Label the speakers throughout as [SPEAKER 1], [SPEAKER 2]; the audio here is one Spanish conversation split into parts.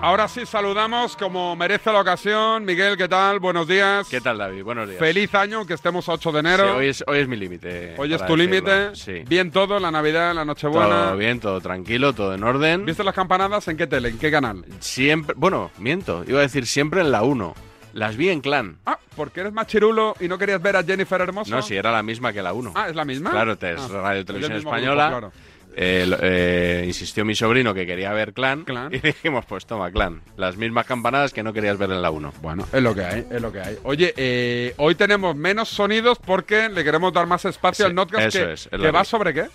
[SPEAKER 1] Ahora sí saludamos como merece la ocasión. Miguel, ¿qué tal? Buenos días.
[SPEAKER 2] ¿Qué tal, David? Buenos días.
[SPEAKER 1] Feliz año, que estemos a 8 de
[SPEAKER 2] Sí,
[SPEAKER 1] enero.
[SPEAKER 2] hoy, es, hoy es mi límite.
[SPEAKER 1] Hoy es
[SPEAKER 2] para decirlo.
[SPEAKER 1] tu límite.
[SPEAKER 2] Sí.
[SPEAKER 1] Bien todo, la Navidad, la Nochebuena.
[SPEAKER 2] Todo bien, todo tranquilo, todo en orden.
[SPEAKER 1] ¿Viste las campanadas en qué tele, en qué canal?
[SPEAKER 2] Siempre, bueno, miento, iba a decir siempre en la 1. Las vi en clan.
[SPEAKER 1] Ah, porque eres más chirulo y no querías ver a Jennifer Hermoso.
[SPEAKER 2] No, si era la misma que la 1.
[SPEAKER 1] Ah, ¿es la misma?
[SPEAKER 2] Claro, te- es
[SPEAKER 1] Ah,
[SPEAKER 2] Radio Televisión
[SPEAKER 1] del mismo grupo,
[SPEAKER 2] Española.
[SPEAKER 1] claro.
[SPEAKER 2] Eh, lo- eh, insistió mi sobrino que quería ver clan,
[SPEAKER 1] Clan.
[SPEAKER 2] y dijimos, pues toma, clan. Las mismas campanadas que no querías ver en la 1.
[SPEAKER 1] Bueno, es lo que hay, es lo que hay. Oye, eh, hoy tenemos menos sonidos porque le queremos dar más espacio
[SPEAKER 2] Sí,
[SPEAKER 1] al Notcast
[SPEAKER 2] eso
[SPEAKER 1] que,
[SPEAKER 2] es, es
[SPEAKER 1] que
[SPEAKER 2] la
[SPEAKER 1] va
[SPEAKER 2] ley.
[SPEAKER 1] sobre qué?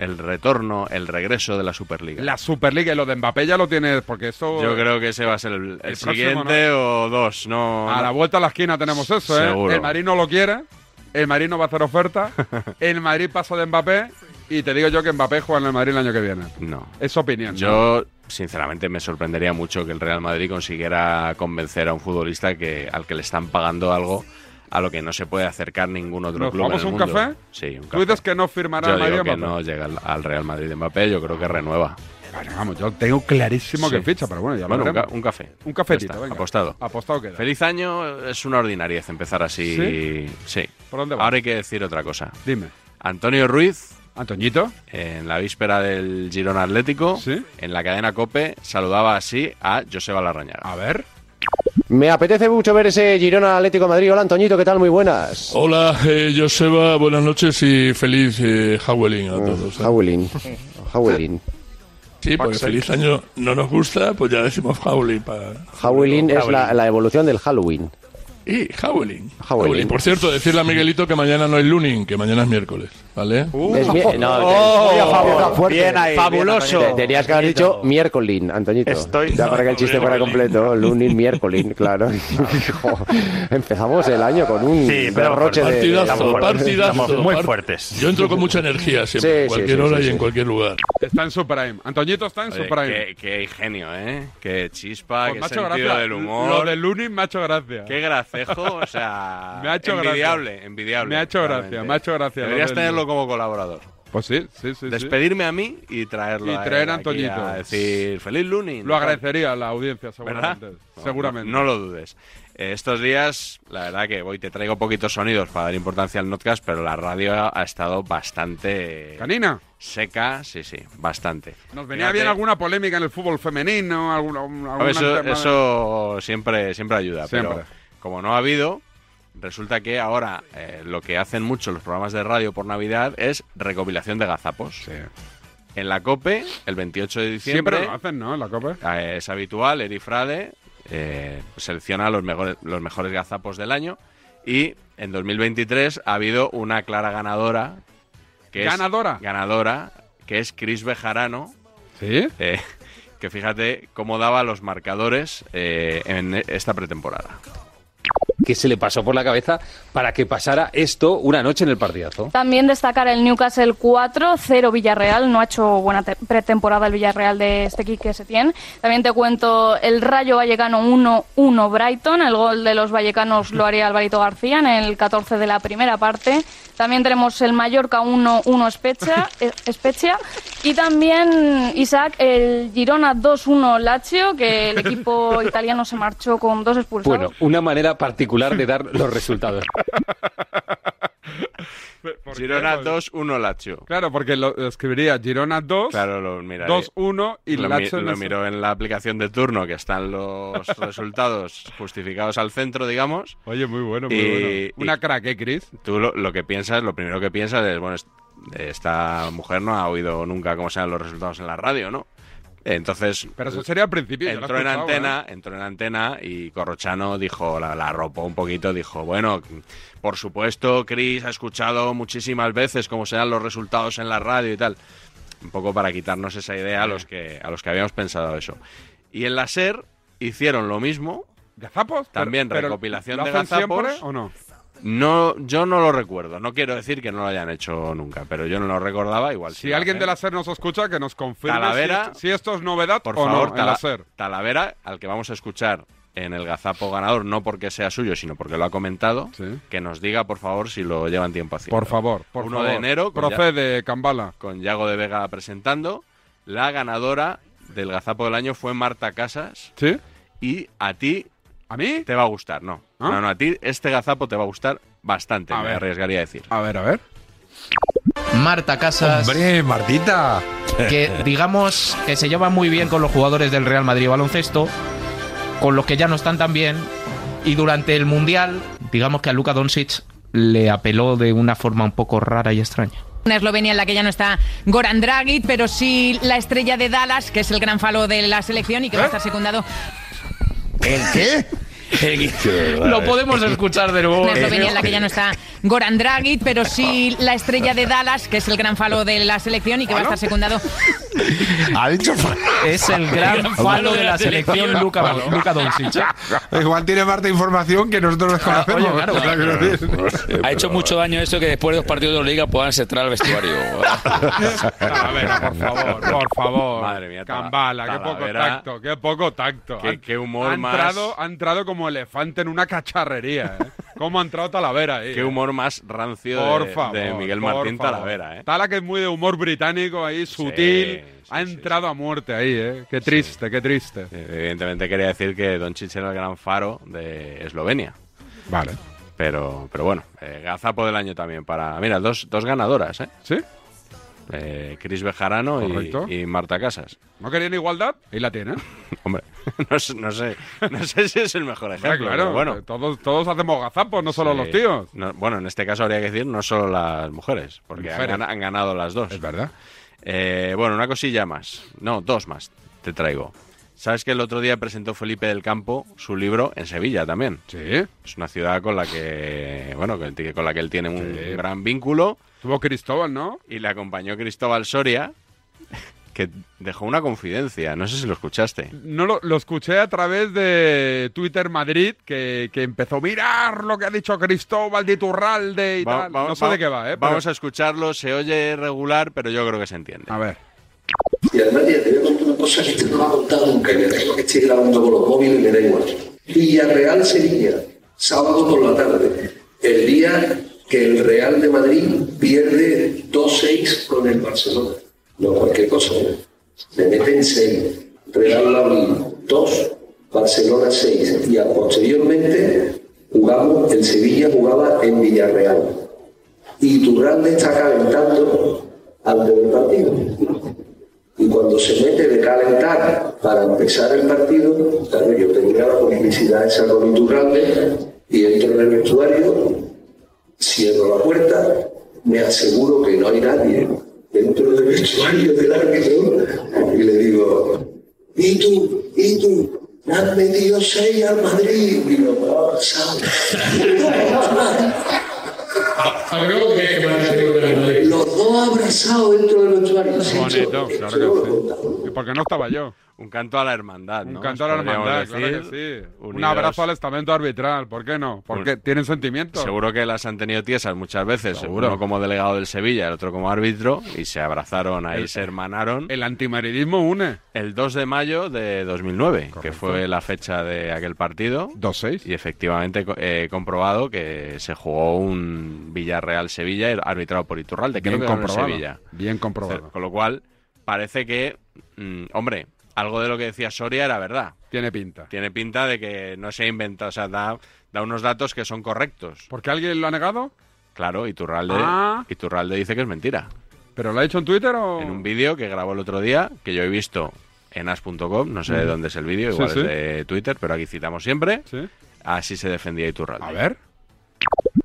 [SPEAKER 2] El retorno, el regreso de la Superliga.
[SPEAKER 1] La Superliga y lo de Mbappé ya lo tienes porque eso
[SPEAKER 2] Yo creo que ese va a ser el, el
[SPEAKER 1] próximo,
[SPEAKER 2] siguiente o dos, no.
[SPEAKER 1] a
[SPEAKER 2] no.
[SPEAKER 1] la vuelta a la esquina tenemos eso, ¿eh?
[SPEAKER 2] Seguro.
[SPEAKER 1] El Madrid no lo quiere, el Madrid no va a hacer oferta, el Madrid pasa de Mbappé y te digo yo que Mbappé juega en el Madrid el año que viene.
[SPEAKER 2] No.
[SPEAKER 1] Es opinión. ¿no?
[SPEAKER 2] Yo, sinceramente, me sorprendería mucho que el Real Madrid consiguiera convencer a un futbolista que al que le están pagando algo a lo que no se puede acercar ningún otro
[SPEAKER 1] ¿Nos
[SPEAKER 2] club. en
[SPEAKER 1] vamos
[SPEAKER 2] el
[SPEAKER 1] a un
[SPEAKER 2] mundo.
[SPEAKER 1] café?
[SPEAKER 2] Sí, un café.
[SPEAKER 1] Tú dices que no firmará
[SPEAKER 2] yo
[SPEAKER 1] el Madrid
[SPEAKER 2] digo
[SPEAKER 1] a
[SPEAKER 2] que
[SPEAKER 1] Mbappé.
[SPEAKER 2] no llega al, al Real Madrid de Mbappé, yo creo que renueva.
[SPEAKER 1] Bueno, vamos, yo tengo clarísimo que
[SPEAKER 2] Sí.
[SPEAKER 1] ficha, pero bueno, ya
[SPEAKER 2] Bueno,
[SPEAKER 1] lo
[SPEAKER 2] un, ca-
[SPEAKER 1] veremos.
[SPEAKER 2] un café.
[SPEAKER 1] Un
[SPEAKER 2] Ya
[SPEAKER 1] cafetito,
[SPEAKER 2] está,
[SPEAKER 1] venga.
[SPEAKER 2] Apostado.
[SPEAKER 1] Apostado queda.
[SPEAKER 2] Feliz año es una ordinariez empezar así.
[SPEAKER 1] ¿Sí?
[SPEAKER 2] Sí.
[SPEAKER 1] ¿Por dónde va?
[SPEAKER 2] Ahora hay que decir otra cosa.
[SPEAKER 1] Dime.
[SPEAKER 2] Antonio Ruiz
[SPEAKER 1] Antoñito,
[SPEAKER 2] en la víspera del Girón Atlético,
[SPEAKER 1] Sí.
[SPEAKER 2] en la cadena COPE, saludaba así a Joseba Larrañaga.
[SPEAKER 1] a ver.
[SPEAKER 3] Me apetece mucho ver ese Girona Atlético de Madrid. Hola Antoñito, ¿qué tal? Muy buenas.
[SPEAKER 4] Hola, eh, Joseba, buenas noches y feliz eh, Halloween
[SPEAKER 3] Ah,
[SPEAKER 4] a todos. ¿eh?
[SPEAKER 3] Howling. Howling.
[SPEAKER 4] Sí, porque feliz año no nos gusta, pues ya decimos Howling para...
[SPEAKER 3] Howling es la, la evolución del Halloween.
[SPEAKER 4] Y Howling.
[SPEAKER 3] Howling.
[SPEAKER 4] Por cierto, decirle a Miguelito que mañana no es lunes, que mañana es miércoles, ¿vale?
[SPEAKER 5] Uh,
[SPEAKER 3] Es mi- no, te-
[SPEAKER 5] Oh.
[SPEAKER 3] Oh,
[SPEAKER 5] bien ahí,
[SPEAKER 6] fabuloso.
[SPEAKER 5] bien,
[SPEAKER 3] te- tenías que haber dicho miércoles, Antoñito.
[SPEAKER 5] Estoy-
[SPEAKER 3] Ya para que el chiste fuera completo. Lunin, miércoles, claro. Hijo, Empezamos el año con un
[SPEAKER 5] Sí, pero
[SPEAKER 3] derroche de- de...
[SPEAKER 4] Partidazo,
[SPEAKER 5] fuertes,
[SPEAKER 4] partidazo.
[SPEAKER 5] estamos muy
[SPEAKER 4] Par-
[SPEAKER 5] fuertes.
[SPEAKER 4] Yo entro con mucha energía
[SPEAKER 3] Sí,
[SPEAKER 4] siempre,
[SPEAKER 3] sí,
[SPEAKER 4] en cualquier
[SPEAKER 3] sí,
[SPEAKER 4] hora
[SPEAKER 3] sí,
[SPEAKER 4] y
[SPEAKER 3] sí.
[SPEAKER 4] en cualquier lugar.
[SPEAKER 1] Está en su prime. Antoñito está en su
[SPEAKER 2] Oye,
[SPEAKER 1] prime.
[SPEAKER 2] qué, qué ingenio, ¿eh? Qué chispa,
[SPEAKER 1] Pues
[SPEAKER 2] qué
[SPEAKER 1] me ha hecho
[SPEAKER 2] sentido
[SPEAKER 1] gracia.
[SPEAKER 2] del
[SPEAKER 1] Lo
[SPEAKER 2] humor.
[SPEAKER 1] del Lunin me ha hecho gracia.
[SPEAKER 2] Qué gracejo, o sea,
[SPEAKER 1] Me ha hecho gracia.
[SPEAKER 2] envidiable, envidiable.
[SPEAKER 1] Me ha hecho gracia,
[SPEAKER 2] realmente.
[SPEAKER 1] me ha hecho gracia lo
[SPEAKER 2] Deberías
[SPEAKER 1] del-
[SPEAKER 2] tenerlo como colaborador.
[SPEAKER 1] Pues sí, sí, sí. sí.
[SPEAKER 2] Despedirme a mí y traerlo
[SPEAKER 1] Y
[SPEAKER 2] a él
[SPEAKER 1] traer a
[SPEAKER 2] aquí
[SPEAKER 1] Antoñito.
[SPEAKER 2] A decir, feliz lunes.
[SPEAKER 1] Lo agradecería la audiencia,
[SPEAKER 2] ¿Verdad?
[SPEAKER 1] seguramente.
[SPEAKER 2] No,
[SPEAKER 1] Seguramente.
[SPEAKER 2] No, no lo dudes. Eh, Estos días, la verdad que hoy te traigo poquitos sonidos para dar importancia al podcast, pero la radio ha ha estado bastante
[SPEAKER 1] Canina,
[SPEAKER 2] seca, sí, sí, bastante.
[SPEAKER 1] nos venía
[SPEAKER 2] Fíjate,
[SPEAKER 1] bien alguna polémica en el fútbol femenino, alguna, un- algún
[SPEAKER 2] hombre, Eso,
[SPEAKER 1] tema de-
[SPEAKER 2] eso siempre, siempre ayuda, pero
[SPEAKER 1] Siempre.
[SPEAKER 2] como no ha habido, resulta que ahora eh, lo que hacen mucho los programas de radio por Navidad es recopilación de gazapos.
[SPEAKER 1] Sí.
[SPEAKER 2] En la COPE, el 28 de diciembre,
[SPEAKER 1] Siempre lo hacen, ¿no? En la copa.
[SPEAKER 2] Eh, es habitual, Erifrade eh, selecciona los mejores, los mejores gazapos del año y en 2023 ha habido una clara ganadora. Que
[SPEAKER 1] ¿Ganadora?
[SPEAKER 2] Es, ganadora, que es Cris Bejarano,
[SPEAKER 1] ¿Sí?
[SPEAKER 2] eh, que fíjate cómo daba los marcadores eh, en esta pretemporada.
[SPEAKER 7] que se le pasó por la cabeza para que pasara esto una noche en el partidazo.
[SPEAKER 8] También destacar el Newcastle 4-0 Villarreal. No ha hecho buena te- pretemporada el Villarreal de este Quique Setién. También te cuento el Rayo Vallecano 1-1 Brighton. El gol de los vallecanos lo haría Alvarito García en el 14 de la primera parte. También tenemos el Mallorca 1-1 Especia, eh, Especia. Y también, Isaac, el Girona 2-1 Lazio, que el equipo italiano se marchó con dos expulsados.
[SPEAKER 7] Bueno, una manera particular de dar los resultados.
[SPEAKER 1] ¿Por qué?
[SPEAKER 2] Girona 2-1 Lazio.
[SPEAKER 1] Claro, porque lo escribiría Girona 2,
[SPEAKER 2] Claro, lo miraré.
[SPEAKER 1] 2-1 y
[SPEAKER 2] lo, mi-
[SPEAKER 1] Lazio en
[SPEAKER 2] lo
[SPEAKER 1] el-
[SPEAKER 2] miró en la aplicación de turno que están los resultados justificados al centro, digamos.
[SPEAKER 1] Oye, muy bueno, muy
[SPEAKER 2] Y-
[SPEAKER 1] bueno. Una crack, ¿eh, Chris?
[SPEAKER 2] Tú lo, lo que piensas, lo primero que piensas es, bueno, es- esta mujer no ha oído nunca cómo sean los resultados en la radio, ¿no? Entonces,
[SPEAKER 1] Pero eso sería al principio. yo ¿eh? lo he
[SPEAKER 2] entró en
[SPEAKER 1] escuchado,
[SPEAKER 2] antena, entró en antena y Corrochano dijo, la, la arropó un poquito, dijo, bueno, por supuesto, Chris ha escuchado muchísimas veces cómo sean los resultados en la radio y tal. Un poco para quitarnos esa idea a los que, a los que habíamos pensado eso. Y en la SER hicieron lo mismo.
[SPEAKER 1] ¿eh? ¿Gazapos? Pero-
[SPEAKER 2] También
[SPEAKER 1] pero
[SPEAKER 2] recopilación
[SPEAKER 1] ¿lo
[SPEAKER 2] de
[SPEAKER 1] hacen siempre
[SPEAKER 2] gazapos.
[SPEAKER 1] o no?
[SPEAKER 2] No, yo no lo recuerdo. No quiero decir que no lo hayan hecho nunca, pero yo no lo recordaba. Igual sí
[SPEAKER 1] Si
[SPEAKER 2] lo
[SPEAKER 1] alguien
[SPEAKER 2] hacen.
[SPEAKER 1] de la SER nos escucha, que nos confirme
[SPEAKER 2] Talavera.
[SPEAKER 1] si, esto, si esto es novedad
[SPEAKER 2] por
[SPEAKER 1] o
[SPEAKER 2] favor,
[SPEAKER 1] no en
[SPEAKER 2] Tala-
[SPEAKER 1] la SER.
[SPEAKER 2] Talavera, al que vamos a escuchar en el gazapo ganador, no porque sea suyo, sino porque lo ha comentado,
[SPEAKER 1] Sí.
[SPEAKER 2] que nos diga por favor si lo llevan tiempo haciendo.
[SPEAKER 1] Por favor, por
[SPEAKER 2] 1
[SPEAKER 1] favor.
[SPEAKER 2] de enero con, Ya-
[SPEAKER 1] Procede, Cambala.
[SPEAKER 2] con Yago de Vega presentando la ganadora del Gazapo del Año fue Marta Casas.
[SPEAKER 1] ¿Sí?
[SPEAKER 2] Y a ti.
[SPEAKER 1] ¿A mí?
[SPEAKER 2] Te va a gustar, no.
[SPEAKER 1] ¿Ah?
[SPEAKER 2] No, no, a ti este Gazapo te va a gustar bastante,
[SPEAKER 1] A
[SPEAKER 2] me
[SPEAKER 1] ver.
[SPEAKER 2] arriesgaría a decir.
[SPEAKER 1] A ver, a ver.
[SPEAKER 6] Marta Casas.
[SPEAKER 1] Hombre, Martita.
[SPEAKER 6] Que digamos que se lleva muy bien con los jugadores del Real Madrid baloncesto, con los que ya no están tan bien. Y durante el Mundial, digamos que a Luka Doncic le apeló de una forma un poco rara y extraña.
[SPEAKER 9] Una Eslovenia en la que ya no está Goran Dragic, pero sí la estrella de Dallas, que es el gran falo de la selección y que va a estar secundado.
[SPEAKER 6] ¿El qué? Lo podemos escuchar de nuevo.
[SPEAKER 10] Pues
[SPEAKER 6] Eh,
[SPEAKER 9] Una Eslovenia en la
[SPEAKER 11] Eh,
[SPEAKER 9] que ya no está Goran Dragic, pero sí la estrella de Dallas, que es el gran falo de la selección y que va a estar secundado.
[SPEAKER 12] Ha dicho
[SPEAKER 6] Es el gran falo de la selección Luka, Luka Doncic.
[SPEAKER 12] Igual Eh, tiene parte de información que
[SPEAKER 2] Ah,
[SPEAKER 12] nosotros desconocemos. O sea, quiero decir. eh,
[SPEAKER 13] Ha hecho mucho daño eso que después de dos partidos de la liga puedan entrar al vestuario.
[SPEAKER 1] A ver, por favor, por favor.
[SPEAKER 2] Madre mía, Tala-
[SPEAKER 1] Cambala, qué poco
[SPEAKER 2] Talavera.
[SPEAKER 1] tacto, qué poco tacto.
[SPEAKER 2] Qué-
[SPEAKER 1] Han-
[SPEAKER 2] qué humor
[SPEAKER 1] ha
[SPEAKER 2] más-
[SPEAKER 1] entrado, ha entrado como elefante en una cacharrería, ¿eh? Cómo ha entrado Talavera ahí.
[SPEAKER 2] Qué
[SPEAKER 1] eh.
[SPEAKER 2] humor más rancio
[SPEAKER 1] Por
[SPEAKER 2] de,
[SPEAKER 1] favor,
[SPEAKER 2] de Miguel
[SPEAKER 1] por
[SPEAKER 2] Martín
[SPEAKER 1] favor.
[SPEAKER 2] Talavera, ¿eh?
[SPEAKER 1] Tala que es muy de humor británico ahí, sutil. ha entrado a muerte ahí, ¿eh? Qué triste, qué triste.
[SPEAKER 2] Eh, Evidentemente quería decir que Doncic era el gran faro de Eslovenia.
[SPEAKER 1] Vale.
[SPEAKER 2] Pero, pero bueno, eh, gazapo del año también para... Mira, dos, dos ganadoras, ¿eh?
[SPEAKER 1] ¿Sí?
[SPEAKER 2] Cris Bejarano y,
[SPEAKER 1] Correcto.
[SPEAKER 2] y Marta Casas.
[SPEAKER 1] ¿No querían igualdad? Ahí la tienen.
[SPEAKER 2] Hombre, no, sé- no sé, no sé si es el mejor ejemplo.
[SPEAKER 1] claro,
[SPEAKER 2] pero bueno,
[SPEAKER 1] todos, todos hacemos gazapos, no solo
[SPEAKER 2] Sí.
[SPEAKER 1] los tíos.
[SPEAKER 2] No, bueno, en este caso habría que decir no solo las mujeres, porque han,
[SPEAKER 1] Mujeres.
[SPEAKER 2] gana- han ganado las dos. Es
[SPEAKER 1] verdad.
[SPEAKER 2] bueno, una cosilla más. No, dos más te traigo. ¿Sabes que el otro día presentó Felipe del Campo su libro en Sevilla también?
[SPEAKER 1] Sí.
[SPEAKER 2] Es una ciudad con la que, bueno, con el- con la que él tiene un gran vínculo.
[SPEAKER 1] Tuvo Cristóbal, ¿no?
[SPEAKER 2] Y le acompañó Cristóbal Soria, que dejó una confidencia. No sé si lo escuchaste.
[SPEAKER 1] No lo, lo escuché a través de Twitter Madrid, que, que empezó mirar lo que ha dicho Cristóbal de Iturralde y
[SPEAKER 2] Va-
[SPEAKER 1] tal.
[SPEAKER 2] va-
[SPEAKER 1] no sé
[SPEAKER 2] va-
[SPEAKER 1] de qué va, ¿eh?
[SPEAKER 2] Vamos a escucharlo, se oye regular, pero yo creo que se entiende.
[SPEAKER 1] A ver.
[SPEAKER 11] Y además, mira, te voy a contar una cosa que usted no me ha contado nunca, que tengo que estoy grabando con los móviles, me da igual. Villarreal Sevilla, sábado por la tarde, el día que el Real de Madrid pierde 2-6 con el Barcelona. No cualquier cosa, ¿eh? Me meten 6, Real Madrid 2, Barcelona 6. Y a- posteriormente jugamos, el Sevilla jugaba en Villarreal. Y Turralde está calentando antes del partido. Y cuando se mete de calentar para empezar el partido, claro, yo tenía la complicidad esa con Iturralde y entro en el vestuario, cierro la puerta, me aseguro que no hay nadie dentro del vestuario del árbitro y le digo, ¿y tú? ¿y tú? Me han metido seis al Madrid. Y yo, "Ah, ¿sabes?". Los dos abrazados dentro del vestuario. Sí,
[SPEAKER 1] Bonito,
[SPEAKER 11] yo-
[SPEAKER 1] claro
[SPEAKER 11] yo no lo he
[SPEAKER 1] que
[SPEAKER 11] contado.
[SPEAKER 1] sí. ¿Y por qué no estaba yo?
[SPEAKER 2] Un canto a la hermandad,
[SPEAKER 1] Un
[SPEAKER 2] ¿no?
[SPEAKER 1] canto a la
[SPEAKER 2] Podríamos
[SPEAKER 1] hermandad, claro
[SPEAKER 2] decir,
[SPEAKER 1] que sí. Un
[SPEAKER 2] unidos.
[SPEAKER 1] abrazo al estamento arbitral, ¿por qué no? Porque
[SPEAKER 2] Un-
[SPEAKER 1] tienen sentimientos.
[SPEAKER 2] Seguro que las han tenido tiesas muchas veces, uno como delegado del Sevilla, el otro como árbitro, y se abrazaron ahí,
[SPEAKER 1] El-
[SPEAKER 2] se hermanaron.
[SPEAKER 1] El antimaridismo une.
[SPEAKER 2] El 2 de mayo de 2009, que fue la fecha de aquel partido.
[SPEAKER 1] 2-6.
[SPEAKER 2] Y efectivamente co- he comprobado que se jugó un Villarreal-Sevilla arbitrado por Iturralde, creo
[SPEAKER 1] Bien
[SPEAKER 2] que ganó el
[SPEAKER 1] comprobado.
[SPEAKER 2] Sevilla.
[SPEAKER 1] Bien comprobado.
[SPEAKER 2] Con lo cual, parece que, mm, hombre, algo de lo que decía Soria era verdad.
[SPEAKER 1] Tiene pinta.
[SPEAKER 2] Tiene pinta de que no se ha inventado, o sea, da, da unos datos que son correctos.
[SPEAKER 1] ¿Por qué alguien lo ha negado?
[SPEAKER 2] Claro, Iturralde,
[SPEAKER 1] Ah.
[SPEAKER 2] Iturralde dice que es mentira.
[SPEAKER 1] ¿Pero lo ha hecho en Twitter o...?
[SPEAKER 2] En un vídeo que grabó el otro día, que yo he visto en as.com, no sé de
[SPEAKER 1] Ujú.
[SPEAKER 2] dónde es el vídeo,
[SPEAKER 1] Sí,
[SPEAKER 2] igual
[SPEAKER 1] sí.
[SPEAKER 2] es de Twitter, pero aquí citamos siempre,
[SPEAKER 1] Sí.
[SPEAKER 2] así se defendía Iturralde. A
[SPEAKER 1] ver.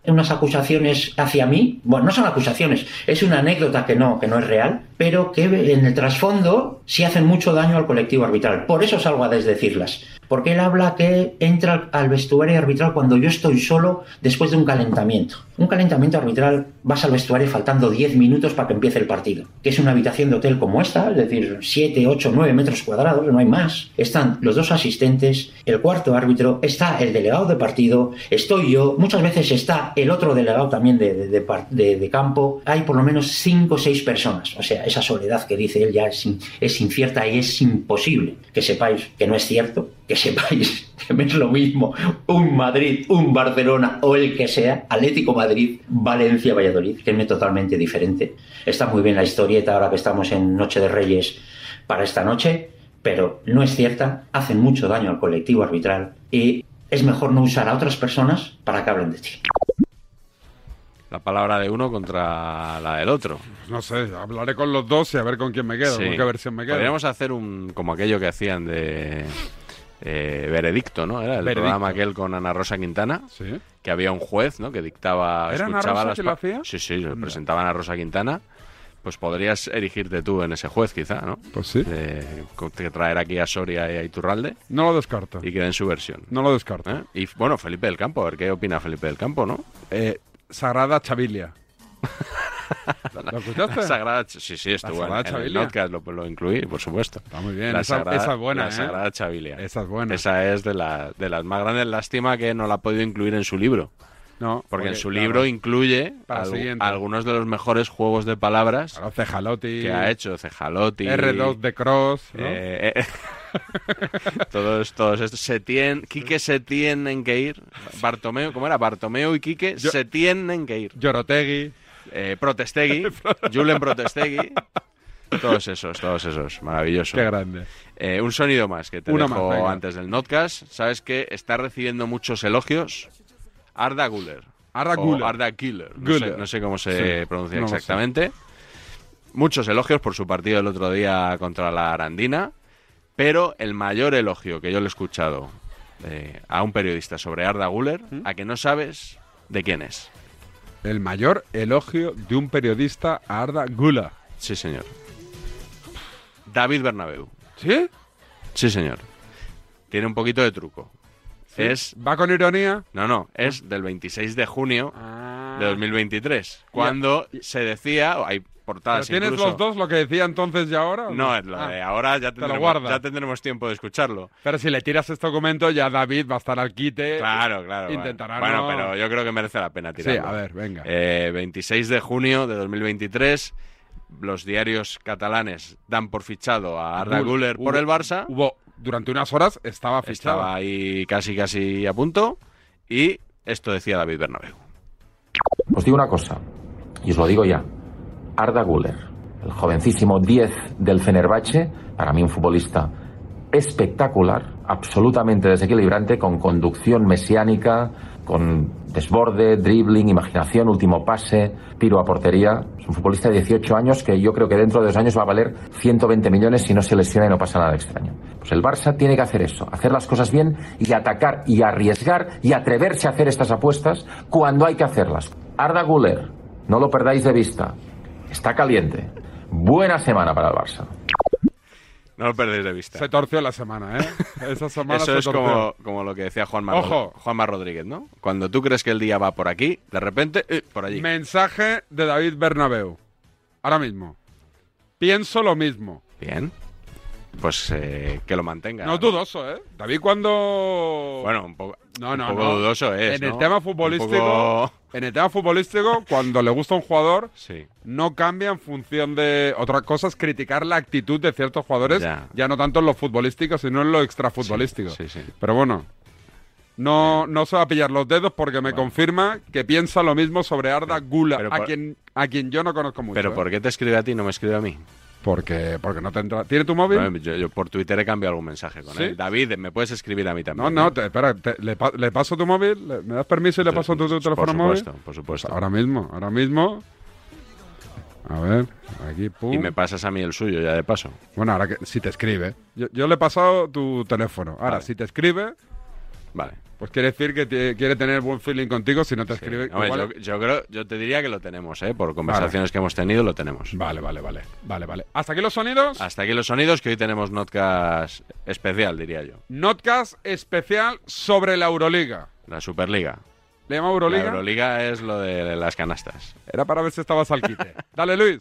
[SPEAKER 14] unas acusaciones hacia mí, bueno, no son acusaciones, es una anécdota que no, que no es real, pero que en el trasfondo sí hacen mucho daño al colectivo arbitral. Por eso salgo a desdecirlas. Porque él habla que entra al vestuario arbitral cuando yo estoy solo después de un calentamiento. Un calentamiento arbitral vas al vestuario faltando 10 minutos para que empiece el partido, que es una habitación de hotel como esta, es decir, 7, 8, 9 metros cuadrados, no hay más. Están los dos asistentes, el cuarto árbitro, está el delegado de partido, estoy yo, muchas veces está el otro delegado también de, de- de par- de- de campo, hay por lo menos 5 o 6 personas, o sea, esa soledad que dice él ya es, in- es incierta y es imposible que sepáis que no es cierto, que sepáis que me es lo mismo un Madrid, un Barcelona o el que sea, Atlético Madrid, Valencia, Valladolid, que es totalmente diferente. Está muy bien la historieta ahora que estamos en Noche de Reyes para esta noche, pero no es cierta, hacen mucho daño al colectivo arbitral y es mejor no usar a otras personas para que hablen de ti.
[SPEAKER 2] La palabra de uno contra la del otro.
[SPEAKER 1] pues No sé, hablaré con los dos y a ver con quién me quedo,
[SPEAKER 2] Sí.
[SPEAKER 1] con qué versión me quedo.
[SPEAKER 2] Podríamos hacer un como aquello que hacían de eh, veredicto, ¿no? Era el
[SPEAKER 1] Veredicto.
[SPEAKER 2] programa aquel con Ana Rosa Quintana,
[SPEAKER 1] Sí.
[SPEAKER 2] que había un juez, ¿no? Que dictaba,
[SPEAKER 1] ¿Era Ana
[SPEAKER 2] escuchaba
[SPEAKER 1] Rosa
[SPEAKER 2] las
[SPEAKER 1] que lo
[SPEAKER 2] pa-
[SPEAKER 1] hacía?
[SPEAKER 2] Sí, sí, lo presentaba Ana Rosa Quintana. Pues podrías erigirte tú en ese juez, quizá, ¿no?
[SPEAKER 1] Pues sí.
[SPEAKER 2] que traer aquí a Soria y a Iturralde
[SPEAKER 1] No lo descarto.
[SPEAKER 2] y que den su versión.
[SPEAKER 1] No lo descarto.
[SPEAKER 2] ¿Eh? Y bueno, Felipe del Campo, a ver qué opina Felipe del Campo, ¿no?
[SPEAKER 1] Eh, Sagrada Chavilia. ¿Lo escuchaste?
[SPEAKER 2] La Sagrada, Ch- sí, sí, estuvo
[SPEAKER 1] Sagrada
[SPEAKER 2] en, en el
[SPEAKER 1] Chavilia.
[SPEAKER 2] podcast, lo, lo incluí, por supuesto. Está
[SPEAKER 1] muy bien, esa- esa es buena,
[SPEAKER 2] La
[SPEAKER 1] ¿eh?
[SPEAKER 2] Sagrada Chavilia.
[SPEAKER 1] Esa es buena.
[SPEAKER 2] Esa es de, la- de las más grandes. Lástima que no la ha podido incluir en su libro.
[SPEAKER 1] No,
[SPEAKER 2] Porque, en su
[SPEAKER 1] claro,
[SPEAKER 2] libro incluye
[SPEAKER 1] Para el
[SPEAKER 2] algu-
[SPEAKER 1] siguiente.
[SPEAKER 2] algunos de los mejores juegos de palabras
[SPEAKER 1] Cejalotti.
[SPEAKER 2] que ha hecho. Cejalotti.
[SPEAKER 1] R2 de Cross. ¿no?
[SPEAKER 2] eh, eh, todos, todos estos. Setién, Quique se tienen que ir. Bartomeo, ¿cómo era? Bartomeo y Quique se tienen que ir. Eh,
[SPEAKER 1] Yorotegui.
[SPEAKER 2] Protestegui. Julen Protestegui. Todos esos, todos esos. Maravilloso.
[SPEAKER 1] Qué grande.
[SPEAKER 2] Eh, un sonido más que te
[SPEAKER 1] Uno
[SPEAKER 2] dejo
[SPEAKER 1] más, venga.
[SPEAKER 2] antes del notcast. Sabes que está recibiendo muchos elogios Arda Guller.
[SPEAKER 1] Arda
[SPEAKER 2] O
[SPEAKER 1] Güler.
[SPEAKER 2] Arda Killer. No,
[SPEAKER 1] Güler.
[SPEAKER 2] sé, no sé cómo se
[SPEAKER 1] Sí,
[SPEAKER 2] pronuncia
[SPEAKER 1] no lo sé.
[SPEAKER 2] exactamente. Muchos elogios por su partido el otro día contra la Arandina. Pero el mayor elogio que yo le he escuchado eh, a un periodista sobre Arda Guller,
[SPEAKER 1] ¿Mm?
[SPEAKER 2] a que no sabes de quién es.
[SPEAKER 1] El mayor elogio de un periodista a Arda Gula.
[SPEAKER 2] Sí, señor. David Bernabeu.
[SPEAKER 1] ¿Sí?
[SPEAKER 2] Sí, señor. Tiene un poquito de truco.
[SPEAKER 1] ¿Sí?
[SPEAKER 2] Es
[SPEAKER 1] ¿Va con ironía?
[SPEAKER 2] No, no, es del 26 de junio
[SPEAKER 1] Ah.
[SPEAKER 2] de 2023, cuando se decía, o hay
[SPEAKER 1] ¿Pero
[SPEAKER 2] portadas
[SPEAKER 1] tienes
[SPEAKER 2] incluso-
[SPEAKER 1] los dos, lo que decía entonces y ahora? o
[SPEAKER 2] No, es lo
[SPEAKER 1] Ah.
[SPEAKER 2] de ahora ya
[SPEAKER 1] Te lo
[SPEAKER 2] tendremos,
[SPEAKER 1] guardas.
[SPEAKER 2] ya tendremos tiempo de escucharlo.
[SPEAKER 1] Pero si le tiras este documento, ya David va a estar al quite.
[SPEAKER 2] Claro, claro. bueno.
[SPEAKER 1] Intentará
[SPEAKER 2] Bueno,
[SPEAKER 1] no-
[SPEAKER 2] pero yo creo que merece la pena
[SPEAKER 1] Sí,
[SPEAKER 2] tirarlo.
[SPEAKER 1] a ver, venga.
[SPEAKER 2] Eh, 26 de junio de 2023, los diarios catalanes dan por fichado a Arda
[SPEAKER 1] Hubo-
[SPEAKER 2] Güler por
[SPEAKER 1] hubo-
[SPEAKER 2] el Barça.
[SPEAKER 1] Hubo, durante unas horas estaba fichado.
[SPEAKER 2] Estaba ahí casi, casi a punto. Y esto decía David Bernabeu.
[SPEAKER 15] Os digo una cosa, y os lo digo ya. Arda Güler, el jovencísimo 10 del Fenerbahce, para mí un futbolista espectacular, absolutamente desequilibrante, con conducción mesiánica, con desborde, dribbling, imaginación, último pase, tiro a portería. Es un futbolista de 18 años que yo creo que dentro de dos años va a valer 120 millones si no se lesiona y no pasa nada extraño. Pues el Barça tiene que hacer eso, hacer las cosas bien y atacar y arriesgar y atreverse a hacer estas apuestas cuando hay que hacerlas. Arda Güler, no lo perdáis de vista. Está caliente. Buena semana para el Barça.
[SPEAKER 2] No lo perdéis de vista.
[SPEAKER 1] Se torció la semana, ¿eh? Esa semana
[SPEAKER 2] Eso
[SPEAKER 1] se
[SPEAKER 2] es
[SPEAKER 1] torció.
[SPEAKER 2] como, como lo que decía Juanma, Rod-
[SPEAKER 1] Ojo.
[SPEAKER 2] Juanma Rodríguez, ¿no? Cuando tú crees que el día va por aquí, de repente, eh, por allí.
[SPEAKER 1] Mensaje de David Bernabeu. Ahora mismo. Pienso lo mismo.
[SPEAKER 2] Bien. Pues eh, que lo mantenga.
[SPEAKER 1] No es dudoso, ¿eh? David cuando...
[SPEAKER 2] Bueno, un poco,
[SPEAKER 1] No,
[SPEAKER 2] un
[SPEAKER 1] no,
[SPEAKER 2] poco
[SPEAKER 1] no.
[SPEAKER 2] dudoso es.
[SPEAKER 1] En
[SPEAKER 2] ¿no?
[SPEAKER 1] el tema
[SPEAKER 2] Un
[SPEAKER 1] futbolístico,
[SPEAKER 2] poco-
[SPEAKER 1] en el tema futbolístico, cuando le gusta un jugador,
[SPEAKER 2] Sí.
[SPEAKER 1] no cambia en función de otra cosa es criticar la actitud de ciertos jugadores,
[SPEAKER 2] Ya.
[SPEAKER 1] ya, no tanto en lo futbolístico, sino en lo extrafutbolístico.
[SPEAKER 2] Sí, sí.
[SPEAKER 1] Pero bueno, no, no se va a pillar los dedos porque me confirma que piensa lo mismo sobre Arda Gula,
[SPEAKER 2] pero
[SPEAKER 1] a
[SPEAKER 2] por-
[SPEAKER 1] quien a quien yo no conozco mucho. ¿eh?
[SPEAKER 2] Pero ¿por qué te escribe a ti y no me escribe a mí?
[SPEAKER 1] Porque, porque no te entra. ¿Tiene tu móvil?
[SPEAKER 2] No, yo, yo por Twitter he cambiado algún mensaje con
[SPEAKER 1] ¿Sí?
[SPEAKER 2] él. David, me puedes escribir a mí
[SPEAKER 1] No,
[SPEAKER 2] también.
[SPEAKER 1] no, te- espera, te- le, pa- le paso tu móvil, ¿Le- me das permiso y le paso tu, tu teléfono
[SPEAKER 2] pues, Por
[SPEAKER 1] móvil. Pues
[SPEAKER 2] supuesto, por supuesto.
[SPEAKER 1] Ahora mismo, ahora mismo. A ver, aquí, pum.
[SPEAKER 2] Y me pasas a mí el suyo ya de paso.
[SPEAKER 1] Bueno, ahora que si te escribe. Yo, yo le he pasado tu teléfono. Ahora, si te escribe.
[SPEAKER 2] Vale.
[SPEAKER 1] Pues quiere decir que te- quiere tener buen feeling contigo si no te escribe.
[SPEAKER 2] Hombre,
[SPEAKER 1] igual-
[SPEAKER 2] yo, yo creo, yo te diría que lo tenemos, ¿eh? Por conversaciones que hemos tenido, lo tenemos.
[SPEAKER 1] Vale, vale, vale. Vale, vale. Hasta aquí los sonidos.
[SPEAKER 2] Hasta aquí los sonidos, que hoy tenemos notcast especial, diría yo.
[SPEAKER 1] Notcast especial sobre la Euroliga.
[SPEAKER 2] La Superliga.
[SPEAKER 1] ¿Le llama Euroliga?
[SPEAKER 2] La Euroliga es lo de las canastas.
[SPEAKER 1] Era para ver si estabas al quite. Dale, Luis.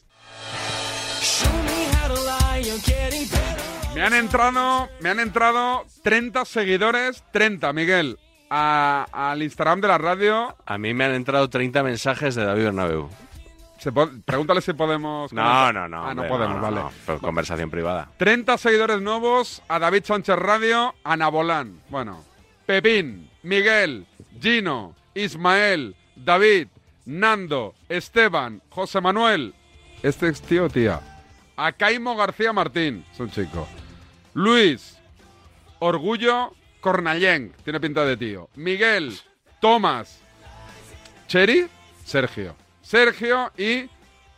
[SPEAKER 1] Me han entrado, me han entrado 30 seguidores, 30, Miguel, a- al Instagram de la radio.
[SPEAKER 2] A mí me han entrado 30 mensajes de David Bernabeu.
[SPEAKER 1] Se po- pregúntale si podemos.
[SPEAKER 2] No, no, no.
[SPEAKER 1] Ah, no
[SPEAKER 2] hombre,
[SPEAKER 1] podemos, vale.
[SPEAKER 2] no. Pero conversación privada.
[SPEAKER 1] 30 seguidores nuevos a David Sánchez Radio, Ana Bolán. Bueno, Pepín, Miguel, Gino, Ismael, David, Nando, Esteban, José Manuel. Este es tío, o tía. A Caimo García Martín, es un chico. Luis, Orgullo, Cornayenc, tiene pinta de tío. Miguel, Tomás, Cheri, Sergio. Sergio y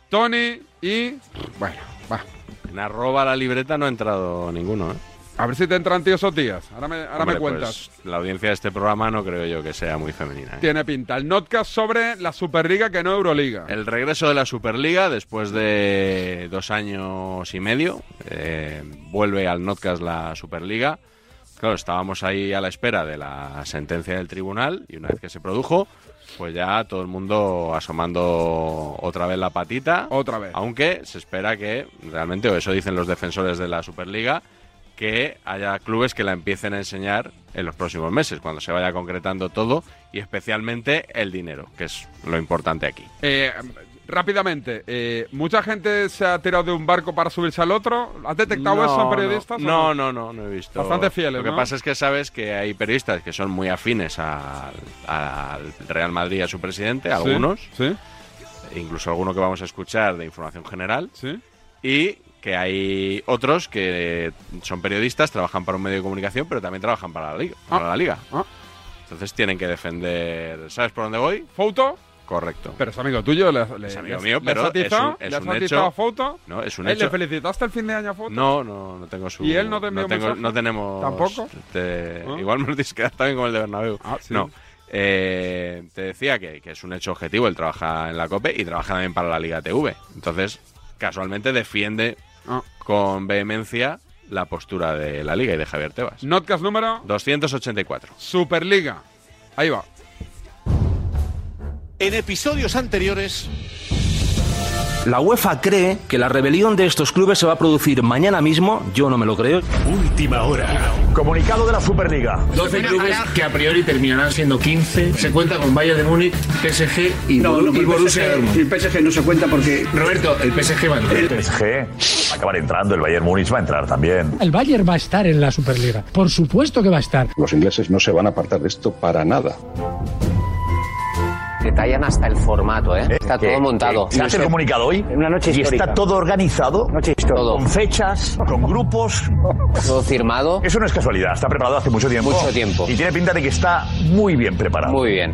[SPEAKER 1] Tony y... Bueno, va.
[SPEAKER 2] En arroba la libreta no ha entrado ninguno, ¿eh?
[SPEAKER 1] A ver si te entran tíos o tías. Ahora me, ahora
[SPEAKER 2] Hombre,
[SPEAKER 1] me cuentas.
[SPEAKER 2] pues, la audiencia de este programa no creo yo que sea muy femenina. ¿eh?
[SPEAKER 1] Tiene pinta. El notcast sobre la Superliga que no Euroliga.
[SPEAKER 2] El regreso de la Superliga después de dos años y medio. eh, vuelve al Notcast la Superliga. Claro, estábamos ahí a la espera de la sentencia del tribunal y una vez que se produjo, pues ya todo el mundo asomando otra vez la patita.
[SPEAKER 1] Otra vez.
[SPEAKER 2] Aunque se espera que, realmente, o eso dicen los defensores de la Superliga, que haya clubes que la empiecen a enseñar en los próximos meses, cuando se vaya concretando todo y especialmente el dinero, que es lo importante aquí.
[SPEAKER 1] Eh, rápidamente, eh, mucha gente se ha tirado de un barco para subirse al otro. ¿Has detectado eso en periodistas? o
[SPEAKER 2] No, no, no, no he visto.
[SPEAKER 1] Bastante fieles,
[SPEAKER 2] Lo que
[SPEAKER 1] ¿no?
[SPEAKER 2] pasa es que sabes que hay periodistas que son muy afines al, al Real Madrid, a su presidente,
[SPEAKER 1] Sí,
[SPEAKER 2] algunos. e
[SPEAKER 1] Sí.
[SPEAKER 2] Incluso alguno que vamos a escuchar de información general. Y que hay otros que son periodistas, trabajan para un medio de comunicación, pero también trabajan para la liga.
[SPEAKER 1] Ah.
[SPEAKER 2] Para la liga. Entonces tienen que defender. ¿Sabes por dónde voy?
[SPEAKER 1] ¿Foto?
[SPEAKER 2] Correcto.
[SPEAKER 1] Pero es amigo tuyo, le, le-
[SPEAKER 2] Es amigo
[SPEAKER 1] le-
[SPEAKER 2] mío,
[SPEAKER 1] le
[SPEAKER 2] pero
[SPEAKER 1] has atizado,
[SPEAKER 2] es un- es
[SPEAKER 1] le has
[SPEAKER 2] un
[SPEAKER 1] atizado
[SPEAKER 2] hecho.
[SPEAKER 1] foto.
[SPEAKER 2] No, es un
[SPEAKER 1] Eh, ¿Le
[SPEAKER 2] hecho.
[SPEAKER 1] felicitaste el fin de año a foto?
[SPEAKER 2] No, no, no tengo su.
[SPEAKER 1] ¿Y él no te envió
[SPEAKER 2] tengo-
[SPEAKER 1] mensaje?
[SPEAKER 2] No tenemos.
[SPEAKER 1] ¿Tampoco? ¿Ah?
[SPEAKER 2] te- Igual me lo tienes que dar también con el de Bernabéu. No. Eh, te decía que, que es un hecho objetivo. Él trabaja en la COPE y trabaja también para la Liga TV. Entonces, casualmente defiende
[SPEAKER 1] Ah.
[SPEAKER 2] con vehemencia la postura de la Liga y de Javier Tebas.
[SPEAKER 1] Notcast número
[SPEAKER 2] 284.
[SPEAKER 1] Superliga. Ahí va.
[SPEAKER 16] En episodios anteriores.
[SPEAKER 17] La UEFA cree que la rebelión de estos clubes se va a producir mañana mismo. Yo no me lo creo. Última hora. Comunicado de la Superliga.
[SPEAKER 18] 12 clubes que a priori terminarán siendo 15. Se cuenta con Bayern de Múnich, PSG y, Boru- y Borussia Dortmund.
[SPEAKER 16] El PSG no se cuenta porque.
[SPEAKER 18] Roberto, el PSG va a entrar.
[SPEAKER 16] El PSG va a acabar entrando, el Bayern Múnich va a entrar también.
[SPEAKER 19] El Bayern va a estar en la Superliga. Por supuesto que va a estar.
[SPEAKER 16] Los ingleses no se van a apartar de esto para nada.
[SPEAKER 14] Detallan hasta el formato, ¿eh? Está todo montado.
[SPEAKER 16] Se hace el comunicado hoy
[SPEAKER 14] Una noche
[SPEAKER 16] y está
[SPEAKER 14] histórica.
[SPEAKER 16] todo organizado, con fechas, con grupos. Todo firmado. Eso no es casualidad, está preparado hace mucho tiempo.
[SPEAKER 14] Mucho tiempo.
[SPEAKER 16] Y tiene pinta de que está muy bien preparado. Muy bien.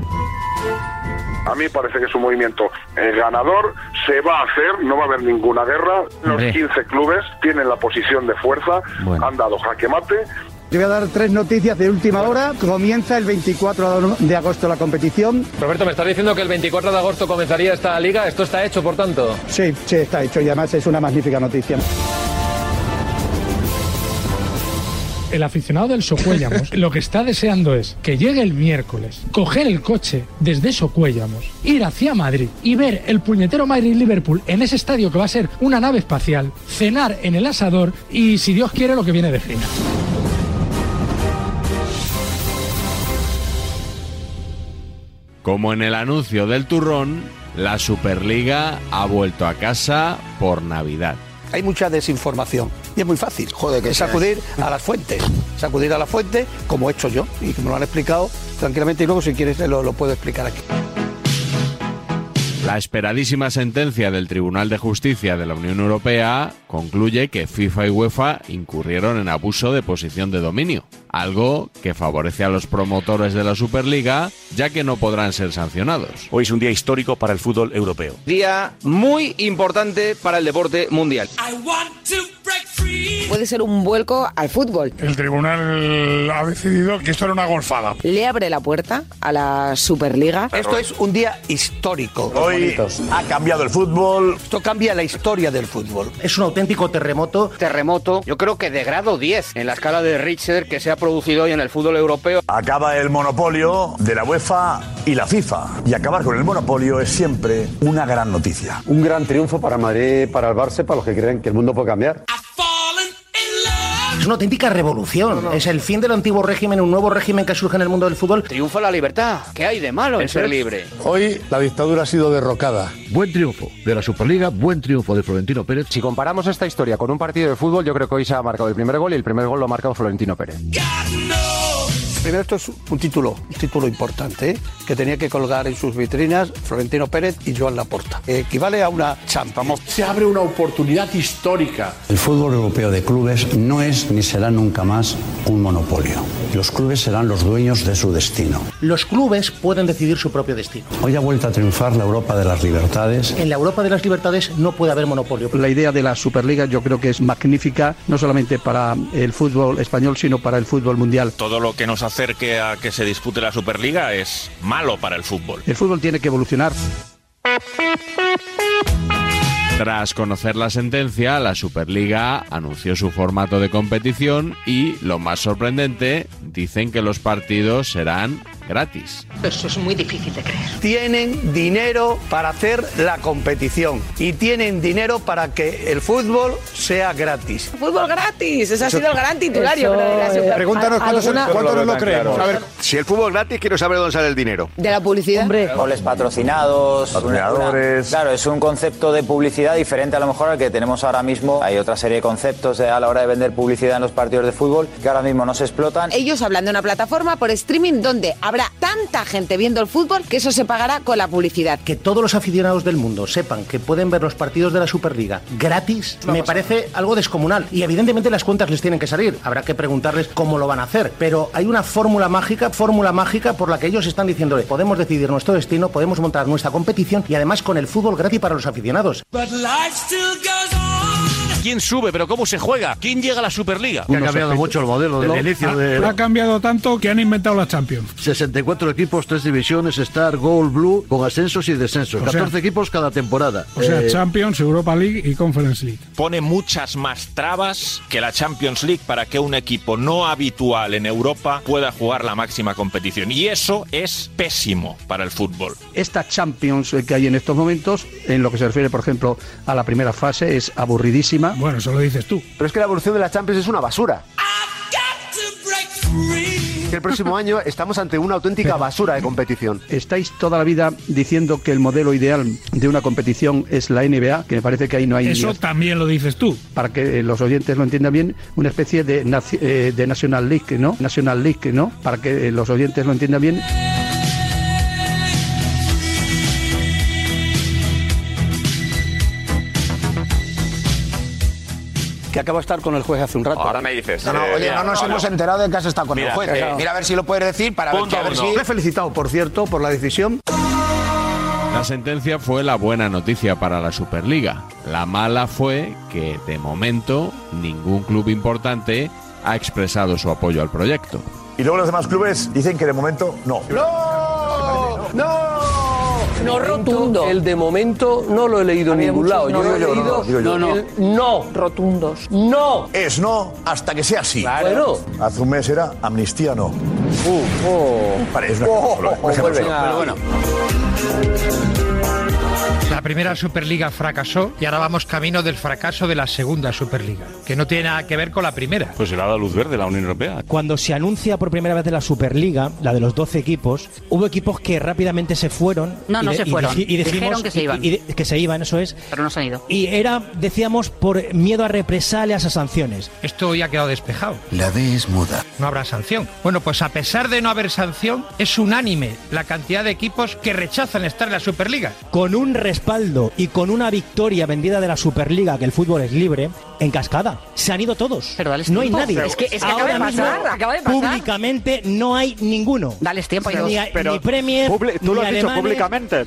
[SPEAKER 20] A mí parece que es un movimiento eh, ganador, se va a hacer, no va a haber ninguna guerra. Los
[SPEAKER 21] Hombre.
[SPEAKER 20] 15 clubes tienen la posición de fuerza, han dado jaque mate.
[SPEAKER 21] Te voy a dar tres noticias de última hora. Comienza el 24 de agosto la competición.
[SPEAKER 15] Roberto, me estás diciendo que el 24 de agosto comenzaría esta liga. Esto está hecho, por tanto.
[SPEAKER 21] Sí, sí, está hecho y además es una magnífica noticia.
[SPEAKER 19] El aficionado del Socuéllamos lo que está deseando es que llegue el miércoles, coger el coche desde Socuéllamos, ir hacia Madrid y ver el puñetero Madrid-Liverpool en ese estadio que va a ser una nave espacial, cenar en el asador y, si Dios quiere, lo que viene de China.
[SPEAKER 2] Como en el anuncio del turrón, la Superliga ha vuelto a casa por Navidad.
[SPEAKER 10] Hay mucha desinformación y es muy fácil. Joder, que es acudir a las fuentes. Sacudir a las fuentes, como he hecho yo y como lo han explicado tranquilamente. Y luego, si quieres, lo, lo puedo explicar aquí.
[SPEAKER 2] La esperadísima sentencia del Tribunal de Justicia de la Unión Europea concluye que FIFA y UEFA incurrieron en abuso de posición de dominio, algo que favorece a los promotores de la Superliga ya que no podrán ser sancionados.
[SPEAKER 16] Hoy es un día histórico para el fútbol europeo.
[SPEAKER 17] Día muy importante para el deporte mundial.
[SPEAKER 22] Puede ser un vuelco al fútbol.
[SPEAKER 18] El tribunal Eh, ha decidido que esto era una golfada.
[SPEAKER 22] Le abre la puerta a la Superliga.
[SPEAKER 10] Esto es un día histórico.
[SPEAKER 16] Hoy ha cambiado el fútbol.
[SPEAKER 10] Esto cambia la historia del fútbol.
[SPEAKER 17] Es un auténtico terremoto. Terremoto, yo creo que de grado 10 en la escala de Richter que se ha producido hoy en el fútbol europeo.
[SPEAKER 16] Acaba el monopolio de la UEFA y la FIFA. Y acabar con el monopolio es siempre una gran noticia.
[SPEAKER 23] Un gran triunfo para Madrid, para el Barça, para los que creen que el mundo puede cambiar.
[SPEAKER 24] Es una auténtica revolución. Es el fin del antiguo régimen, un nuevo régimen que surge en el mundo del fútbol.
[SPEAKER 17] Triunfa la libertad. ¿Qué hay de malo en ser libre?
[SPEAKER 25] Hoy la dictadura ha sido derrocada.
[SPEAKER 26] Buen triunfo de la Superliga, buen triunfo de Florentino Pérez.
[SPEAKER 25] Si comparamos esta historia con un partido de fútbol, yo creo que hoy se ha marcado el primer gol y el primer gol lo ha marcado Florentino Pérez.
[SPEAKER 10] Primero, esto es un título, un título importante, ¿eh? que tenía que colgar en sus vitrinas Florentino Pérez y Joan Laporta. Equivale a una champamos.
[SPEAKER 4] Se abre una oportunidad histórica.
[SPEAKER 5] El fútbol europeo de clubes no es ni será nunca más un monopolio. Los clubes serán los dueños de su destino.
[SPEAKER 27] Los clubes pueden decidir su propio destino.
[SPEAKER 5] Hoy ha vuelto a triunfar la Europa de las libertades.
[SPEAKER 27] En la Europa de las libertades no puede haber monopolio.
[SPEAKER 10] La idea de la Superliga yo creo que es magnífica, no solamente para el fútbol español, sino para el fútbol mundial.
[SPEAKER 6] Todo lo que nos acerque a que se dispute la Superliga es malo para el fútbol.
[SPEAKER 10] El fútbol tiene que evolucionar.
[SPEAKER 2] Tras conocer la sentencia, la Superliga anunció su formato de competición y, lo más sorprendente, dicen que los partidos serán gratis.
[SPEAKER 8] Eso es muy difícil de creer.
[SPEAKER 10] Tienen dinero para hacer la competición y tienen dinero para que el fútbol sea gratis.
[SPEAKER 22] Fútbol gratis, ese ha sido el gran titular. yo
[SPEAKER 9] Eso,
[SPEAKER 22] creo, de la
[SPEAKER 9] eh,
[SPEAKER 22] Super-
[SPEAKER 9] pregúntanos
[SPEAKER 22] ¿Al-
[SPEAKER 9] cuántos-
[SPEAKER 22] alguna-
[SPEAKER 9] cuántos nos lo creemos. A ver,
[SPEAKER 17] Si el fútbol gratis, quiero saber dónde sale el dinero.
[SPEAKER 22] De la publicidad.
[SPEAKER 6] Goles patrocinados.
[SPEAKER 17] Patrocinadores.
[SPEAKER 6] una- claro, es un concepto de publicidad diferente a lo mejor al que tenemos ahora mismo. Hay otra serie de conceptos de- a la hora de vender publicidad en los partidos de fútbol que ahora mismo no se explotan.
[SPEAKER 22] Ellos hablan de una plataforma por streaming donde habrá tanta gente viendo el fútbol que eso se pagará con la publicidad.
[SPEAKER 27] Que todos los aficionados del mundo sepan que pueden ver los partidos de la Superliga gratis, me parece algo descomunal. Y evidentemente las cuentas les tienen que salir. Habrá que preguntarles cómo lo van a hacer. Pero hay una fórmula mágica, fórmula mágica por la que ellos están diciéndole, podemos decidir nuestro destino, podemos montar nuestra competición y además con el fútbol gratis para los aficionados.
[SPEAKER 6] ¿Quién sube? ¿Pero cómo se juega? ¿Quién llega a la Superliga?
[SPEAKER 28] Ha cambiado mucho el modelo del
[SPEAKER 17] Ah,
[SPEAKER 28] inicio de...
[SPEAKER 9] Ha cambiado tanto que han inventado las Champions.
[SPEAKER 28] 64 equipos, 3 divisiones, Star, Gold, Blue, con ascensos y descensos.
[SPEAKER 9] O sea-
[SPEAKER 28] 14 equipos cada temporada.
[SPEAKER 9] O sea,
[SPEAKER 28] Eh,
[SPEAKER 9] Champions, Europa League y Conference League.
[SPEAKER 6] Pone muchas más trabas que la Champions League para que un equipo no habitual en Europa pueda jugar la máxima competición. Y eso es pésimo para el fútbol.
[SPEAKER 10] Esta Champions que hay en estos momentos, en lo que se refiere, por ejemplo, a la primera fase, es aburridísima.
[SPEAKER 9] Bueno, eso lo dices tú.
[SPEAKER 5] Pero es que la evolución de la Champions es una basura. Que el próximo año estamos ante una auténtica basura de competición.
[SPEAKER 10] Estáis toda la vida diciendo que el modelo ideal de una competición es la NBA, que me parece que ahí no hay...
[SPEAKER 9] Eso
[SPEAKER 10] ni-
[SPEAKER 9] también lo dices tú.
[SPEAKER 10] para que eh, los oyentes lo entiendan bien, una especie de, naci- eh, de National League, ¿no? National League, ¿no? Para que eh, los oyentes lo entiendan bien. Que acabo de estar con el juez hace un rato.
[SPEAKER 17] Ahora me dices.
[SPEAKER 10] No, no,
[SPEAKER 17] Eh,
[SPEAKER 10] oye,
[SPEAKER 17] mira,
[SPEAKER 10] no nos hemos enterado de que has estado con el juez, eh. Mira a ver si lo puedes decir para
[SPEAKER 17] ver Punto que- a ver uno. si-
[SPEAKER 10] Le he felicitado, por cierto, por la decisión.
[SPEAKER 2] La sentencia fue la buena noticia para la Superliga. La mala fue que, de momento, ningún club importante ha expresado su apoyo al proyecto.
[SPEAKER 17] Y luego los demás clubes dicen que de momento no.
[SPEAKER 12] ¡No! ¡No! No rotundo. El de momento no lo he leído en ningún lado.
[SPEAKER 17] no,
[SPEAKER 12] yo he
[SPEAKER 17] digo yo,
[SPEAKER 12] leído
[SPEAKER 17] no, digo yo.
[SPEAKER 12] el no. Rotundos. No.
[SPEAKER 17] Es no hasta que sea así.
[SPEAKER 12] Claro.
[SPEAKER 17] Hace un mes era amnistía no. Oh, Vale, es una ejemplo, ¿eh? Un ejemplo
[SPEAKER 12] vuelve.
[SPEAKER 17] solo, pero bueno.
[SPEAKER 29] La primera Superliga fracasó y ahora vamos camino del fracaso de la segunda Superliga, que no tiene nada que ver con la primera.
[SPEAKER 30] Pues se le ha dado luz verde la Unión Europea.
[SPEAKER 31] Cuando se anuncia por primera vez de la Superliga, la de los 12 equipos, hubo equipos que rápidamente se fueron.
[SPEAKER 32] No, no
[SPEAKER 31] de-
[SPEAKER 32] se fueron.
[SPEAKER 31] deci- dijimos-
[SPEAKER 32] Dijeron que se
[SPEAKER 31] y-
[SPEAKER 32] iban.
[SPEAKER 31] y de- que se iban, eso es.
[SPEAKER 32] Pero no se han ido.
[SPEAKER 31] Y era, decíamos, por miedo a represalias, a sanciones.
[SPEAKER 29] Esto ya ha quedado despejado.
[SPEAKER 31] La D es muda.
[SPEAKER 29] No habrá sanción. Bueno, pues a pesar de no haber sanción, es unánime la cantidad de equipos que rechazan estar en la Superliga.
[SPEAKER 31] Con un respaldo y con una victoria vendida de la Superliga, que el fútbol es libre, en cascada. Se han ido todos. no hay
[SPEAKER 32] tiempo.
[SPEAKER 31] nadie.
[SPEAKER 32] Es que- es que
[SPEAKER 31] Ahora
[SPEAKER 32] acaba de
[SPEAKER 31] mismo,
[SPEAKER 32] pasar, acaba de pasar.
[SPEAKER 31] Públicamente no hay ninguno.
[SPEAKER 32] Dales tiempo,
[SPEAKER 29] Pero-
[SPEAKER 31] ni, a-
[SPEAKER 29] pero-
[SPEAKER 31] ni Premier, ni alemanes.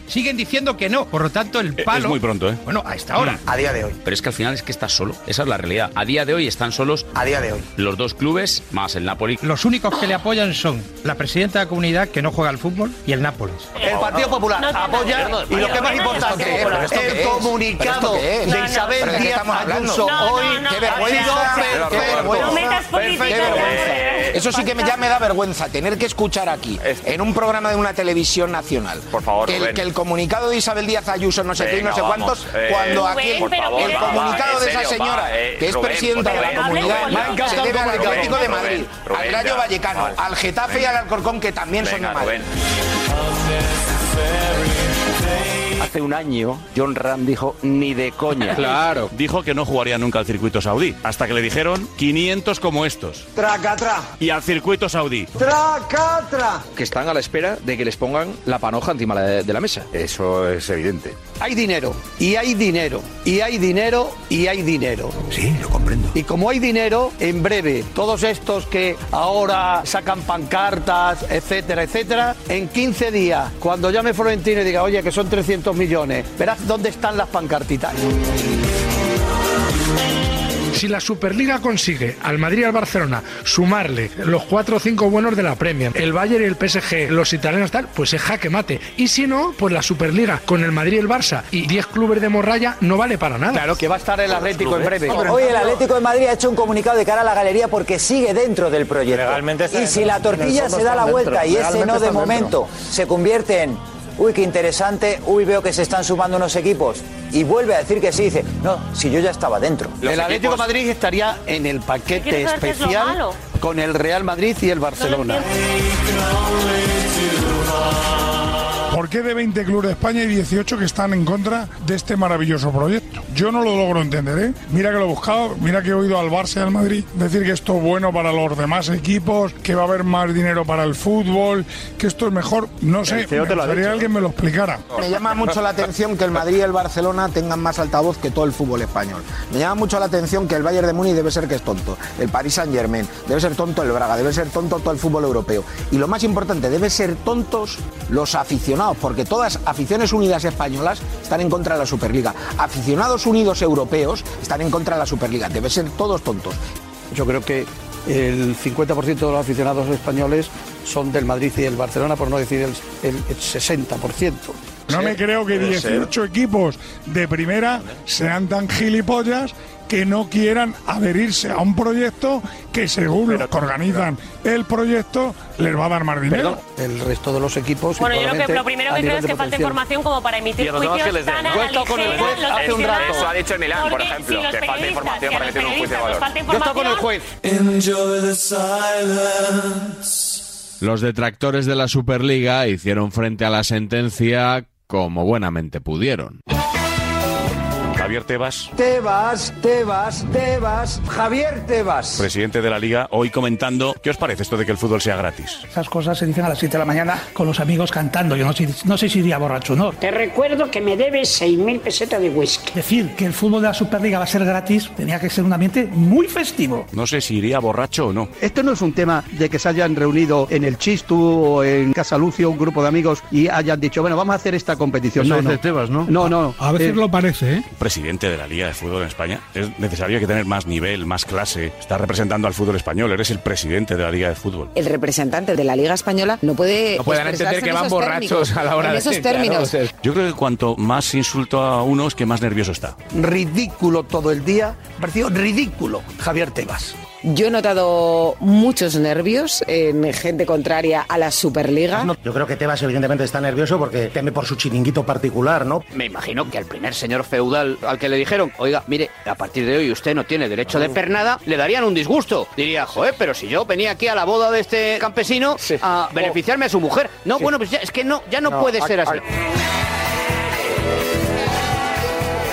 [SPEAKER 29] Siguen diciendo que no. Por lo tanto, el palo.
[SPEAKER 30] muy pronto, ¿eh?
[SPEAKER 29] Bueno, a esta hora.
[SPEAKER 4] Mm.
[SPEAKER 30] A día de hoy. Pero es que al final es que estás solo. Esa es la realidad. A día de hoy están solos. A día de hoy. Los dos clubes más el Napoli.
[SPEAKER 29] Los únicos que le apoyan son la presidenta de la comunidad que no juega al fútbol y el Nápoles.
[SPEAKER 10] El Partido Popular apoya y lo que es más importante, el comunicado de Isabel Díaz Ayuso hoy
[SPEAKER 33] qué vergüenza, qué vergüenza, qué vergüenza. Eso sí que me, ya me da vergüenza tener que escuchar aquí, en un programa de una televisión nacional, por favor, que el,
[SPEAKER 17] Este. Rubén.
[SPEAKER 33] que el comunicado de Isabel Díaz Ayuso no sé qué y no
[SPEAKER 17] Venga,
[SPEAKER 33] sé cuántos,
[SPEAKER 17] vamos, eh,
[SPEAKER 33] cuando aquí
[SPEAKER 17] Rubén, pero
[SPEAKER 33] el
[SPEAKER 17] que- va,
[SPEAKER 33] comunicado
[SPEAKER 17] va,
[SPEAKER 33] de
[SPEAKER 17] en
[SPEAKER 33] esa
[SPEAKER 17] serio,
[SPEAKER 33] señora,
[SPEAKER 17] va, eh,
[SPEAKER 33] que es
[SPEAKER 17] Rubén,
[SPEAKER 33] presidenta
[SPEAKER 17] por
[SPEAKER 33] de la
[SPEAKER 17] favor.
[SPEAKER 33] comunidad,
[SPEAKER 17] Rubén, me ha
[SPEAKER 33] se
[SPEAKER 17] encantado
[SPEAKER 33] debe al
[SPEAKER 17] el comunicado.
[SPEAKER 33] Atlético de
[SPEAKER 17] Rubén,
[SPEAKER 33] Madrid,
[SPEAKER 17] Rubén,
[SPEAKER 33] al Rayo
[SPEAKER 17] ya.
[SPEAKER 33] Vallecano,
[SPEAKER 17] Vale.
[SPEAKER 33] al Getafe y
[SPEAKER 17] Venga.
[SPEAKER 33] al Alcorcón, que también son de Madrid.
[SPEAKER 17] Hay
[SPEAKER 34] Hace un año, John Ram dijo, ni de coña.
[SPEAKER 2] Claro. Dijo que no jugaría nunca al circuito saudí, hasta que le dijeron 500 como estos.
[SPEAKER 7] Tracatra,
[SPEAKER 2] Y al circuito saudí.
[SPEAKER 7] tracatra.
[SPEAKER 4] que están a la espera de que les pongan la panoja encima de, de la mesa. Eso es evidente.
[SPEAKER 10] Hay dinero, y hay dinero, y hay dinero, y hay dinero. Sí, lo comprendo. Y como hay dinero, en breve, todos estos que ahora sacan pancartas, etcétera, etcétera, en 15 días, cuando llame Florentino y diga, oye, que son 300 millones, verás dónde están las pancartitas.
[SPEAKER 19] Si la Superliga consigue al Madrid y al Barcelona sumarle los cuatro o cinco buenos de la Premier, el Bayern y el PSG, los italianos tal, pues es jaque mate. Y si no, pues la Superliga con el Madrid y el Barça y 10 clubes de Morralla no vale para nada.
[SPEAKER 10] Claro, que va a estar el Atlético en breve.
[SPEAKER 7] Hoy el Atlético de Madrid ha hecho un comunicado de cara a la galería porque sigue dentro del proyecto.
[SPEAKER 31] está
[SPEAKER 7] y si
[SPEAKER 31] dentro.
[SPEAKER 7] la tortilla
[SPEAKER 31] En el
[SPEAKER 7] se
[SPEAKER 31] fondo
[SPEAKER 7] da la
[SPEAKER 31] están
[SPEAKER 7] vuelta
[SPEAKER 31] dentro.
[SPEAKER 7] y ese
[SPEAKER 31] Legalmente
[SPEAKER 7] no de
[SPEAKER 31] están dentro.
[SPEAKER 7] momento se convierte en, uy, qué interesante, uy, veo que se están sumando unos equipos, y vuelve a decir que sí, dice, no, si yo ya estaba dentro.
[SPEAKER 10] el Atlético de Madrid estaría en el paquete
[SPEAKER 7] ¿Quieres saber qué es lo
[SPEAKER 10] especial
[SPEAKER 7] malo?
[SPEAKER 10] con el Real Madrid y el Barcelona.
[SPEAKER 20] ¿Por qué de 20 clubes de España hay 18 que están en contra de este maravilloso proyecto? Yo no lo logro entender, ¿eh? Mira que lo he buscado, mira que he oído al Barça y al Madrid decir que esto es bueno para los demás equipos, que va a haber más dinero para el fútbol, que esto es mejor. No sé,
[SPEAKER 33] El CEO te
[SPEAKER 20] me
[SPEAKER 33] lo ha
[SPEAKER 20] gustaría
[SPEAKER 33] dicho.
[SPEAKER 20] que alguien me lo explicara.
[SPEAKER 33] Me llama mucho la atención que el Madrid y el Barcelona tengan más altavoz que todo el fútbol español. Me llama mucho la atención que el Bayern de Múnich debe ser que es tonto. El Paris Saint Germain, debe ser tonto el Braga, debe ser tonto todo el fútbol europeo. Y lo más importante, debe ser tontos los aficionados, porque todas aficiones unidas españolas están en contra de la Superliga. Aficionados unidos europeos están en contra de la Superliga. Debe ser todos tontos.
[SPEAKER 10] Yo creo que el 50% de los aficionados españoles son del Madrid y del Barcelona, por no decir el, el 60%.
[SPEAKER 20] No me creo que 18 equipos de primera sean tan gilipollas que no quieran adherirse a un proyecto que según los que organizan el proyecto les va a dar más dinero.
[SPEAKER 10] El resto de los equipos...
[SPEAKER 35] Bueno, yo lo, que, lo primero que creo es que falta información como para emitir juicios tan a la ligera los aficionados.
[SPEAKER 17] Eso ha dicho en Milán, por
[SPEAKER 35] Porque si
[SPEAKER 17] ejemplo,
[SPEAKER 35] los
[SPEAKER 17] que
[SPEAKER 35] periodistas,
[SPEAKER 17] falta información
[SPEAKER 35] si a
[SPEAKER 17] para
[SPEAKER 35] los
[SPEAKER 17] emitir un juicio de
[SPEAKER 35] periodistas nos
[SPEAKER 17] valor.
[SPEAKER 35] falta información,
[SPEAKER 25] Enjoy the silence.
[SPEAKER 2] Los detractores de la Superliga hicieron frente a la sentencia como buenamente pudieron.
[SPEAKER 16] Javier Tebas,
[SPEAKER 10] Te vas, te vas, te vas, Javier, te vas.
[SPEAKER 16] presidente de la Liga, hoy comentando, ¿qué os parece esto de que el fútbol sea gratis?
[SPEAKER 14] Esas cosas se dicen a las 7 de la mañana con los amigos cantando. Yo no sé, no sé si iría borracho o no.
[SPEAKER 32] Te recuerdo que me debes 6.000 pesetas de whisky.
[SPEAKER 14] Decir que el fútbol de la Superliga va a ser gratis tenía que ser un ambiente muy festivo.
[SPEAKER 16] No sé si iría borracho o no.
[SPEAKER 10] Esto no es un tema de que se hayan reunido en el Chistu o en Casa Lucio un grupo de amigos y hayan dicho, bueno, vamos a hacer esta competición.
[SPEAKER 16] Eso
[SPEAKER 10] no, no.
[SPEAKER 16] dice Tebas, ¿no?
[SPEAKER 10] No, no.
[SPEAKER 19] A veces
[SPEAKER 10] Eh,
[SPEAKER 19] lo parece, ¿eh?
[SPEAKER 16] Presidente de la Liga de Fútbol en España, es necesario que tener más nivel, más clase. Estás representando al fútbol español, eres el presidente de la Liga de Fútbol.
[SPEAKER 22] El representante de la Liga Española no puede.
[SPEAKER 16] No puedan
[SPEAKER 22] expresarse
[SPEAKER 16] entender que
[SPEAKER 22] en
[SPEAKER 16] van
[SPEAKER 22] esos
[SPEAKER 16] borrachos
[SPEAKER 22] términos,
[SPEAKER 16] a la hora
[SPEAKER 22] En
[SPEAKER 16] de-
[SPEAKER 22] esos
[SPEAKER 16] claro,
[SPEAKER 22] términos.
[SPEAKER 16] Yo creo que cuanto más insulto a uno es que más nervioso está.
[SPEAKER 10] ridículo todo el día. Me pareció ridículo Javier Tebas.
[SPEAKER 22] Yo he notado muchos nervios en gente contraria a la
[SPEAKER 4] Ah.
[SPEAKER 22] Superliga.
[SPEAKER 36] No, yo creo que Tebas evidentemente está nervioso porque teme por su chiringuito particular, ¿no?
[SPEAKER 17] Me imagino que al primer señor feudal al que le dijeron, oiga, mire, a partir de hoy usted no tiene derecho de pernada, le darían un disgusto. Diría, joder, pero si yo venía aquí a la boda de este campesino a beneficiarme a su mujer. No,
[SPEAKER 37] Sí.
[SPEAKER 17] bueno, pues ya- es que no, ya no,
[SPEAKER 37] No,
[SPEAKER 17] puede
[SPEAKER 37] ac-
[SPEAKER 17] ser así.
[SPEAKER 37] ac-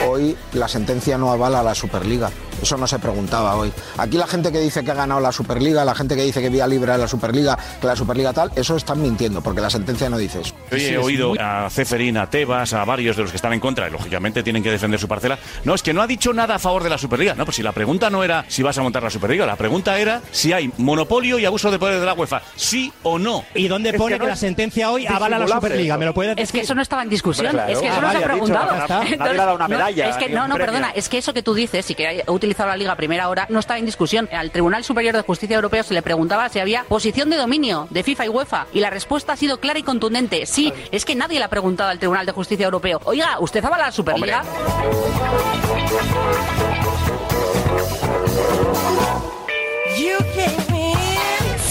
[SPEAKER 33] Hoy la sentencia no avala la Superliga. Eso no se preguntaba hoy. Aquí la gente que dice que ha ganado la Superliga, la gente que dice que Vía Libre es la Superliga, que la Superliga tal, eso están mintiendo, porque la sentencia no dice eso.
[SPEAKER 16] Yo he oído a Ceferín, a Tebas, a varios de los que están en contra, y lógicamente tienen que defender su parcela. No, es que no ha dicho nada a favor de la Superliga. No, pues si la pregunta no era si vas a montar la Superliga, la pregunta era si hay monopolio y abuso de poder de la UEFA, sí o no.
[SPEAKER 14] ¿Y dónde
[SPEAKER 16] Es
[SPEAKER 14] pone que,
[SPEAKER 16] que no
[SPEAKER 14] la
[SPEAKER 16] es
[SPEAKER 14] sentencia hoy avala la
[SPEAKER 16] disimulable
[SPEAKER 14] Superliga?
[SPEAKER 16] eso.
[SPEAKER 14] ¿Me lo puedes decir?
[SPEAKER 32] Es que eso no estaba en discusión,
[SPEAKER 14] Hombre, claro.
[SPEAKER 32] es que eso
[SPEAKER 14] Ah,
[SPEAKER 32] no se ha
[SPEAKER 14] vale, ha dicho,
[SPEAKER 32] preguntado.
[SPEAKER 14] ya está. Nadie le ha dado una
[SPEAKER 32] no,
[SPEAKER 14] medalla,
[SPEAKER 32] es que,
[SPEAKER 14] ni
[SPEAKER 32] no,
[SPEAKER 14] un
[SPEAKER 32] no,
[SPEAKER 14] premio.
[SPEAKER 32] perdona, es que eso que tú dices y que ha utilizado la Liga a Primera Hora no estaba en discusión. Al Tribunal Superior de Justicia Europeo se le preguntaba si había posición de dominio de FIFA y UEFA y la respuesta ha sido clara y contundente. Sí, es que nadie le ha preguntado al Tribunal de Justicia Europeo, oiga, ¿usted avala la Superliga?
[SPEAKER 37] You came in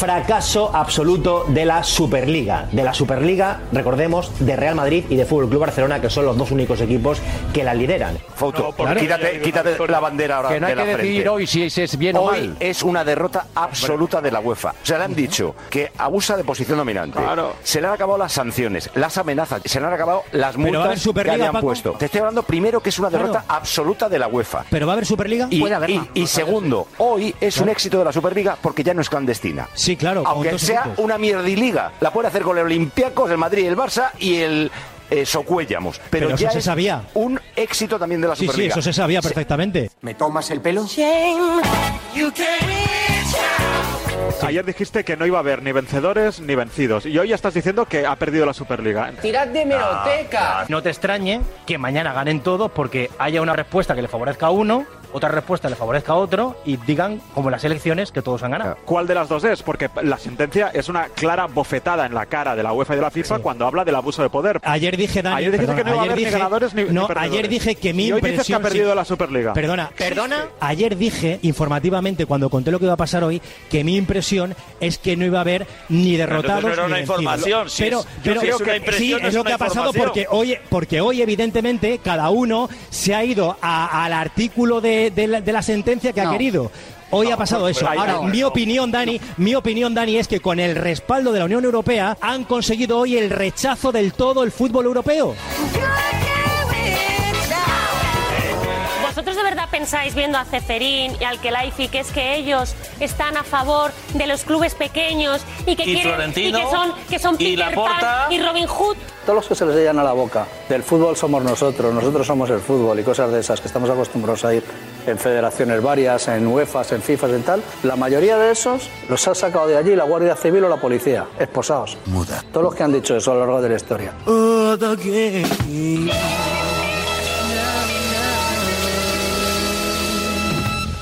[SPEAKER 3] fracaso absoluto de la Superliga. De la Superliga, recordemos, de Real Madrid y de Fútbol Club Barcelona, que son los dos únicos equipos que la lideran.
[SPEAKER 4] Fauto, quítate, quítate la bandera ahora
[SPEAKER 3] Que no hay
[SPEAKER 4] de la
[SPEAKER 3] que decidir
[SPEAKER 4] frente.
[SPEAKER 3] hoy si ese es bien o
[SPEAKER 4] hoy
[SPEAKER 3] mal.
[SPEAKER 4] es una derrota absoluta de la UEFA. O sea, le han dicho que abusa de posición dominante. Se le han acabado las sanciones, las amenazas, se le han acabado
[SPEAKER 31] Pero va a
[SPEAKER 4] las
[SPEAKER 31] haber
[SPEAKER 4] multas que
[SPEAKER 31] Superliga,
[SPEAKER 4] le han
[SPEAKER 31] Paco.
[SPEAKER 4] puesto. Te estoy hablando primero que es una derrota absoluta de la UEFA.
[SPEAKER 31] ¿Pero va a haber Superliga?
[SPEAKER 4] Y, y- y segundo, hoy es un éxito de la Superliga porque ya no es clandestina.
[SPEAKER 31] Sí, claro. con
[SPEAKER 4] Aunque
[SPEAKER 31] dos
[SPEAKER 4] sea
[SPEAKER 31] equipos.
[SPEAKER 4] una mierdiliga, la puede hacer con el Olympiacos, el Madrid, el Barça y el eh, Socuellamos. Pero,
[SPEAKER 31] Pero eso
[SPEAKER 4] ya
[SPEAKER 31] se
[SPEAKER 4] es
[SPEAKER 31] sabía.
[SPEAKER 4] un éxito también de la
[SPEAKER 31] Sí, sí,
[SPEAKER 4] Superliga.
[SPEAKER 31] eso se sabía perfectamente.
[SPEAKER 4] ¿Me tomas el pelo?
[SPEAKER 5] Ayer dijiste que no iba a haber ni vencedores ni vencidos. Y hoy ya estás diciendo que ha perdido la Superliga. ¿eh? Ah.
[SPEAKER 27] ¡Tirad de
[SPEAKER 4] Ah,
[SPEAKER 3] hemeroteca.
[SPEAKER 27] No te extrañe que mañana ganen todos porque haya una respuesta que le favorezca a uno, otra respuesta le favorezca a otro y digan, como en las elecciones, que todos han ganado.
[SPEAKER 5] ¿Cuál de las dos es? Porque la sentencia es una clara bofetada en la cara de la UEFA y de la FIFA cuando habla del abuso de poder.
[SPEAKER 31] Ayer dije, Dani,
[SPEAKER 5] Ayer dijiste
[SPEAKER 31] perdona,
[SPEAKER 5] que no iba a
[SPEAKER 31] ayer
[SPEAKER 5] haber ni
[SPEAKER 31] dije-
[SPEAKER 5] ganadores ni, ni
[SPEAKER 31] no,
[SPEAKER 5] perdedores.
[SPEAKER 31] ayer dije que mi
[SPEAKER 5] Y hoy dices que ha
[SPEAKER 31] impresión sí-
[SPEAKER 5] perdido la Superliga.
[SPEAKER 31] Perdona.
[SPEAKER 3] ¿Perdona?
[SPEAKER 31] Ayer dije, informativamente, cuando conté lo que iba a pasar hoy, que mi impresión es que no iba a haber ni derrotados
[SPEAKER 6] Pero entonces no era
[SPEAKER 31] ni
[SPEAKER 6] una
[SPEAKER 31] vencidos.
[SPEAKER 6] información, si
[SPEAKER 31] Pero,
[SPEAKER 6] es-
[SPEAKER 31] pero
[SPEAKER 6] si es una
[SPEAKER 31] que- sí,
[SPEAKER 6] impresión,
[SPEAKER 31] es
[SPEAKER 6] es
[SPEAKER 31] lo
[SPEAKER 6] una
[SPEAKER 31] que ha pasado
[SPEAKER 6] información.
[SPEAKER 31] porque hoy, porque hoy, evidentemente, cada uno se ha ido a- al artículo de, de la, de la sentencia que
[SPEAKER 3] No.
[SPEAKER 31] ha querido. Hoy ha pasado
[SPEAKER 6] pues
[SPEAKER 31] eso.
[SPEAKER 3] ahí
[SPEAKER 31] Ahora,
[SPEAKER 3] no,
[SPEAKER 31] mi opinión, Dani, mi opinión, Dani, es que con el respaldo de la Unión Europea han conseguido hoy el rechazo del todo el fútbol europeo.
[SPEAKER 15] ¿Vosotros de verdad pensáis, viendo a Ceferín y al Kelaifi, que es que ellos están a favor de los clubes pequeños y que
[SPEAKER 3] Y
[SPEAKER 15] quieren
[SPEAKER 3] Florentino,
[SPEAKER 15] y que son, que son
[SPEAKER 3] y
[SPEAKER 15] Peter
[SPEAKER 3] Laporta.
[SPEAKER 15] Pan y Robin Hood?
[SPEAKER 3] Todos los que se les llenan a la boca, del fútbol somos nosotros, nosotros somos el fútbol y cosas de esas que estamos acostumbrados a ir en federaciones varias, en UEFA, en FIFA, en tal, la mayoría de esos los ha sacado de allí la Guardia Civil o la policía, esposados. Muda. Todos los que han dicho eso a lo largo de la historia.
[SPEAKER 25] Oh,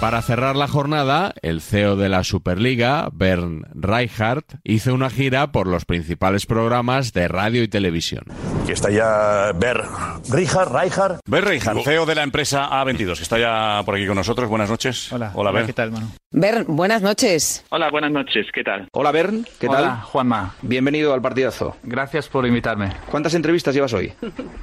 [SPEAKER 2] Para cerrar la jornada, el CEO de la Superliga, Bern Reichardt, hizo una gira por los principales programas de radio y televisión.
[SPEAKER 4] Que está ya Ber
[SPEAKER 16] Richard, Reichard. Ver Reichard, CEO E de la empresa A22, que está ya por aquí con nosotros. Buenas noches. Hola. Hola, Ver.
[SPEAKER 3] tal, mano?
[SPEAKER 22] Bern, buenas noches.
[SPEAKER 3] Hola, buenas noches, ¿qué tal?
[SPEAKER 13] Hola, Bern. ¿Qué
[SPEAKER 3] Hola,
[SPEAKER 13] tal? Juanma. Bienvenido al partidazo.
[SPEAKER 3] Gracias por invitarme.
[SPEAKER 13] ¿Cuántas entrevistas llevas hoy?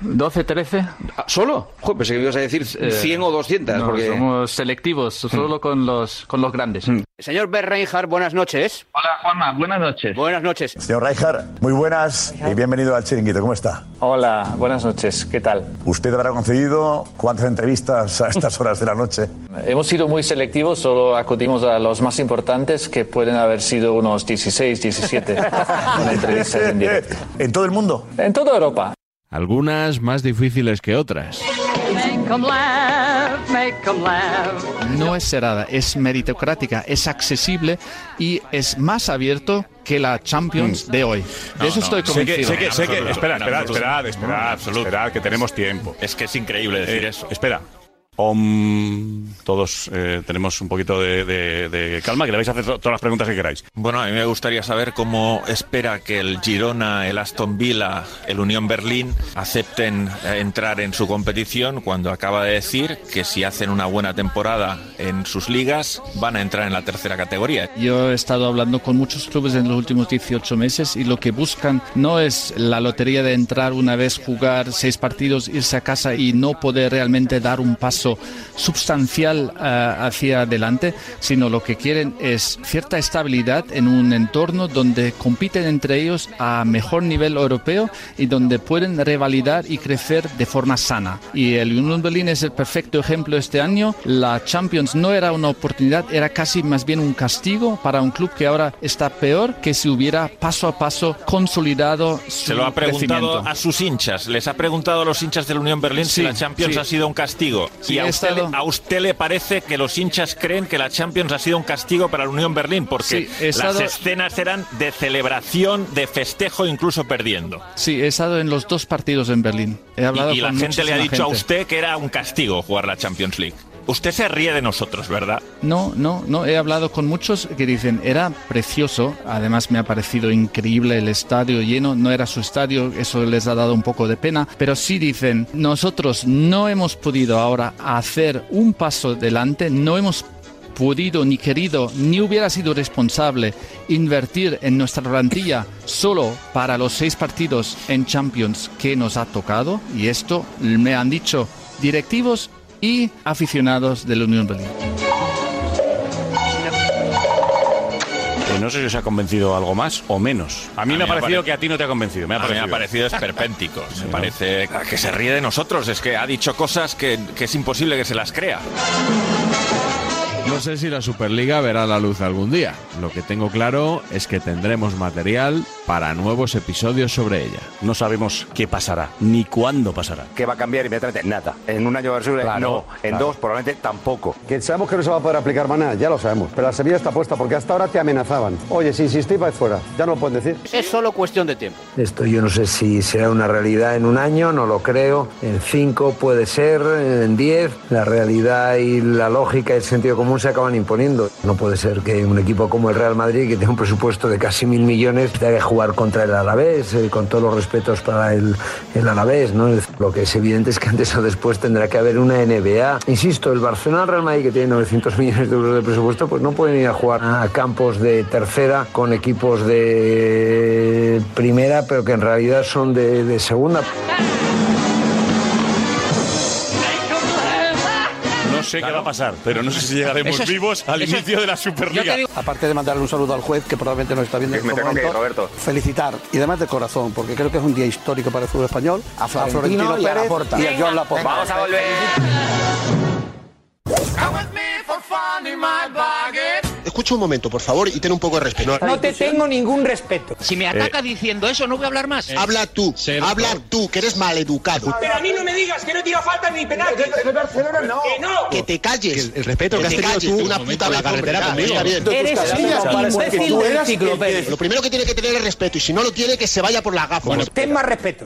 [SPEAKER 3] 12, 13.
[SPEAKER 13] ¿Solo? Joder, pensé que me ibas a decir
[SPEAKER 11] Eh,
[SPEAKER 13] 100 o 200. porque...
[SPEAKER 3] Eh,
[SPEAKER 13] Mm.
[SPEAKER 3] Somos selectivos, solo con los, con los grandes.
[SPEAKER 19] Señor Bert Reinhardt, buenas noches. Hola, Juanma, buenas noches. Buenas noches.
[SPEAKER 8] Señor Reijar, muy buenas y bienvenido al Chiringuito. ¿Cómo está?
[SPEAKER 3] Hola, buenas noches, ¿qué tal?
[SPEAKER 8] Usted habrá concedido cuántas entrevistas a estas horas de la noche.
[SPEAKER 3] Hemos sido muy selectivos, solo acudimos a los más importantes, que pueden haber sido unos 16, 17 entrevistas en directo.
[SPEAKER 8] ¿En todo el mundo?
[SPEAKER 3] En toda Europa.
[SPEAKER 2] Algunas más difíciles que otras.
[SPEAKER 12] Make 'em laugh, make 'em laugh.
[SPEAKER 11] No es cerrada, es meritocrática, es accesible y es más abierto que la Champions de hoy. De eso estoy Mm. Sé convencido. que, sé que, sé que- espera, espera, esperad, esperad, esperad, que tenemos tiempo. Es que es increíble decir
[SPEAKER 16] Eh,
[SPEAKER 11] eso.
[SPEAKER 16] Espera. Om, todos eh, tenemos un poquito de, de- de calma, que le vais a hacer to- todas las preguntas que queráis.
[SPEAKER 11] Bueno, a mí me gustaría saber cómo espera que el Girona, el Aston Villa, el Unión Berlín acepten eh, entrar en su competición cuando acaba de decir que si hacen una buena temporada en sus ligas van a entrar en la tercera categoría. Yo he estado hablando con muchos clubes en los últimos 18 meses y lo que buscan no es la lotería de entrar una vez, jugar seis partidos, irse a casa y no poder realmente dar un paso sustancial ah, hacia adelante, sino lo que quieren es cierta estabilidad en un entorno donde compiten entre ellos a mejor nivel europeo y donde pueden revalidar y crecer de forma sana. Y el Union Berlin es el perfecto ejemplo este año. La Champions no era una oportunidad, era casi más bien un castigo para un club que ahora está peor que si hubiera paso a paso consolidado su Se lo ha preguntado Mm, crecimiento. a sus hinchas, les ha preguntado a los hinchas del Unión Berlín si Sí, la Champions sí. ha sido un castigo. Sí, y a he usted, le- estado- a usted le parece que los hinchas creen que la Champions ha sido un castigo para la Unión Berlín, porque Sí, he estado- las escenas eran de celebración, de festejo, incluso perdiendo. Sí, he estado en los dos partidos en Berlín. He hablado Y, y la con gente le ha muchísima dicho a gente. usted que era un castigo jugar la Champions League. Usted se ríe de nosotros, ¿verdad? No, no, no. He hablado con muchos que dicen era precioso. Además me ha parecido increíble el estadio lleno. No era su estadio, eso les ha dado un poco de pena. Pero sí dicen nosotros no hemos podido ahora hacer un paso adelante. No hemos podido ni querido ni hubiera sido responsable invertir en nuestra plantilla solo para los seis partidos en Champions que nos ha tocado y esto me han dicho directivos y aficionados de la Unión Berlín.
[SPEAKER 16] Eh, no sé si os ha convencido algo más o menos. A mí me ha parecido que a ti no te ha convencido. Me ha
[SPEAKER 6] A mí me
[SPEAKER 16] parecido.
[SPEAKER 6] ha parecido esperpéntico. Me parece que se ríe de nosotros. Es que ha dicho cosas que, que es imposible que se las crea.
[SPEAKER 2] No sé si la Superliga verá la luz algún día. Lo que tengo claro es que tendremos material para nuevos episodios sobre ella.
[SPEAKER 16] No sabemos qué pasará, ni cuándo pasará.
[SPEAKER 4] ¿Qué va a cambiar inmediatamente? Nada. En un año va a subir,
[SPEAKER 16] Claro,
[SPEAKER 4] no. En
[SPEAKER 16] claro.
[SPEAKER 4] dos probablemente tampoco.
[SPEAKER 10] Que sabemos que no se va a poder aplicar maná, ya lo sabemos. Pero la semilla está puesta porque hasta ahora te amenazaban. Oye, si insistís, vais fuera. Ya no lo pueden decir.
[SPEAKER 38] Es solo cuestión de tiempo.
[SPEAKER 10] Esto yo no sé si será una realidad en un año, no lo creo. En cinco puede ser, en diez. La realidad y la lógica y el sentido común se acaban imponiendo. No puede ser que un equipo como el Real Madrid, que tiene un presupuesto de casi mil millones, tenga que jugar contra el Alavés, eh, con todos los respetos para el, el Alavés. ¿no? Es- Lo que es evidente es que antes o después tendrá que haber una NBA. Insisto, el Barcelona Real Madrid, que tiene 900 millones de euros de presupuesto, pues no pueden ir a jugar a campos de tercera con equipos de primera, pero que en realidad son de, de segunda.
[SPEAKER 16] No sé qué va a pasar, pero no sé si llegaremos
[SPEAKER 7] Eso es-
[SPEAKER 16] vivos al
[SPEAKER 7] eso es-
[SPEAKER 16] inicio de la Superliga.
[SPEAKER 7] Aparte de mandarle un saludo al juez, que probablemente nos está viendo en
[SPEAKER 4] Me
[SPEAKER 7] este
[SPEAKER 4] tengo que ir,
[SPEAKER 7] momento,
[SPEAKER 4] Roberto.
[SPEAKER 7] felicitar, y además de corazón, porque creo que es un día histórico para el fútbol español, a Florentino,
[SPEAKER 39] Florentino y a
[SPEAKER 7] Pérez
[SPEAKER 39] Laporta.
[SPEAKER 7] y a John Laporta.
[SPEAKER 39] Vamos a volver.
[SPEAKER 33] Escucha un momento, por favor, y ten un poco de respeto.
[SPEAKER 19] No te tengo
[SPEAKER 33] ningún respeto. Si me
[SPEAKER 19] Ataca diciendo eso, no voy a hablar más.
[SPEAKER 33] habla tú, habla tú, que eres maleducado.
[SPEAKER 19] Pero a mí no me digas que no tira falta ni penal.
[SPEAKER 33] no.
[SPEAKER 19] Que no.
[SPEAKER 33] Que te calles. el respeto que, has tenido tú una puta en la carretera conmigo.
[SPEAKER 19] Eres un imbécil del ciclo, Pérez.
[SPEAKER 33] Lo primero que tiene que tener es respeto, y si no lo tiene, que se vaya por las gafas. ten más respeto.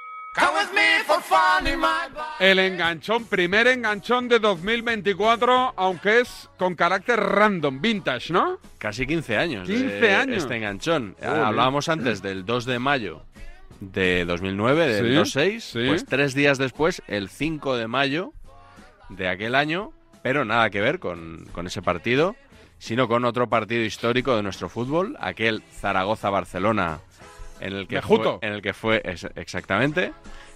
[SPEAKER 17] El enganchón, primer enganchón de 2024, aunque es con carácter random, vintage, ¿no?
[SPEAKER 2] Casi 15 años.
[SPEAKER 17] 15
[SPEAKER 2] de
[SPEAKER 17] años.
[SPEAKER 2] Este enganchón.
[SPEAKER 17] Joder.
[SPEAKER 2] Hablábamos antes del 2 de mayo de 2009, del
[SPEAKER 17] Sí,
[SPEAKER 2] 2-6.
[SPEAKER 17] sí.
[SPEAKER 2] Pues tres días después, el 5 de mayo de aquel año, pero nada que ver con, con ese partido, sino con otro partido histórico de nuestro fútbol, aquel Zaragoza-Barcelona, en el que
[SPEAKER 17] De
[SPEAKER 2] fue,
[SPEAKER 17] Juto.
[SPEAKER 2] en el que fue es- exactamente,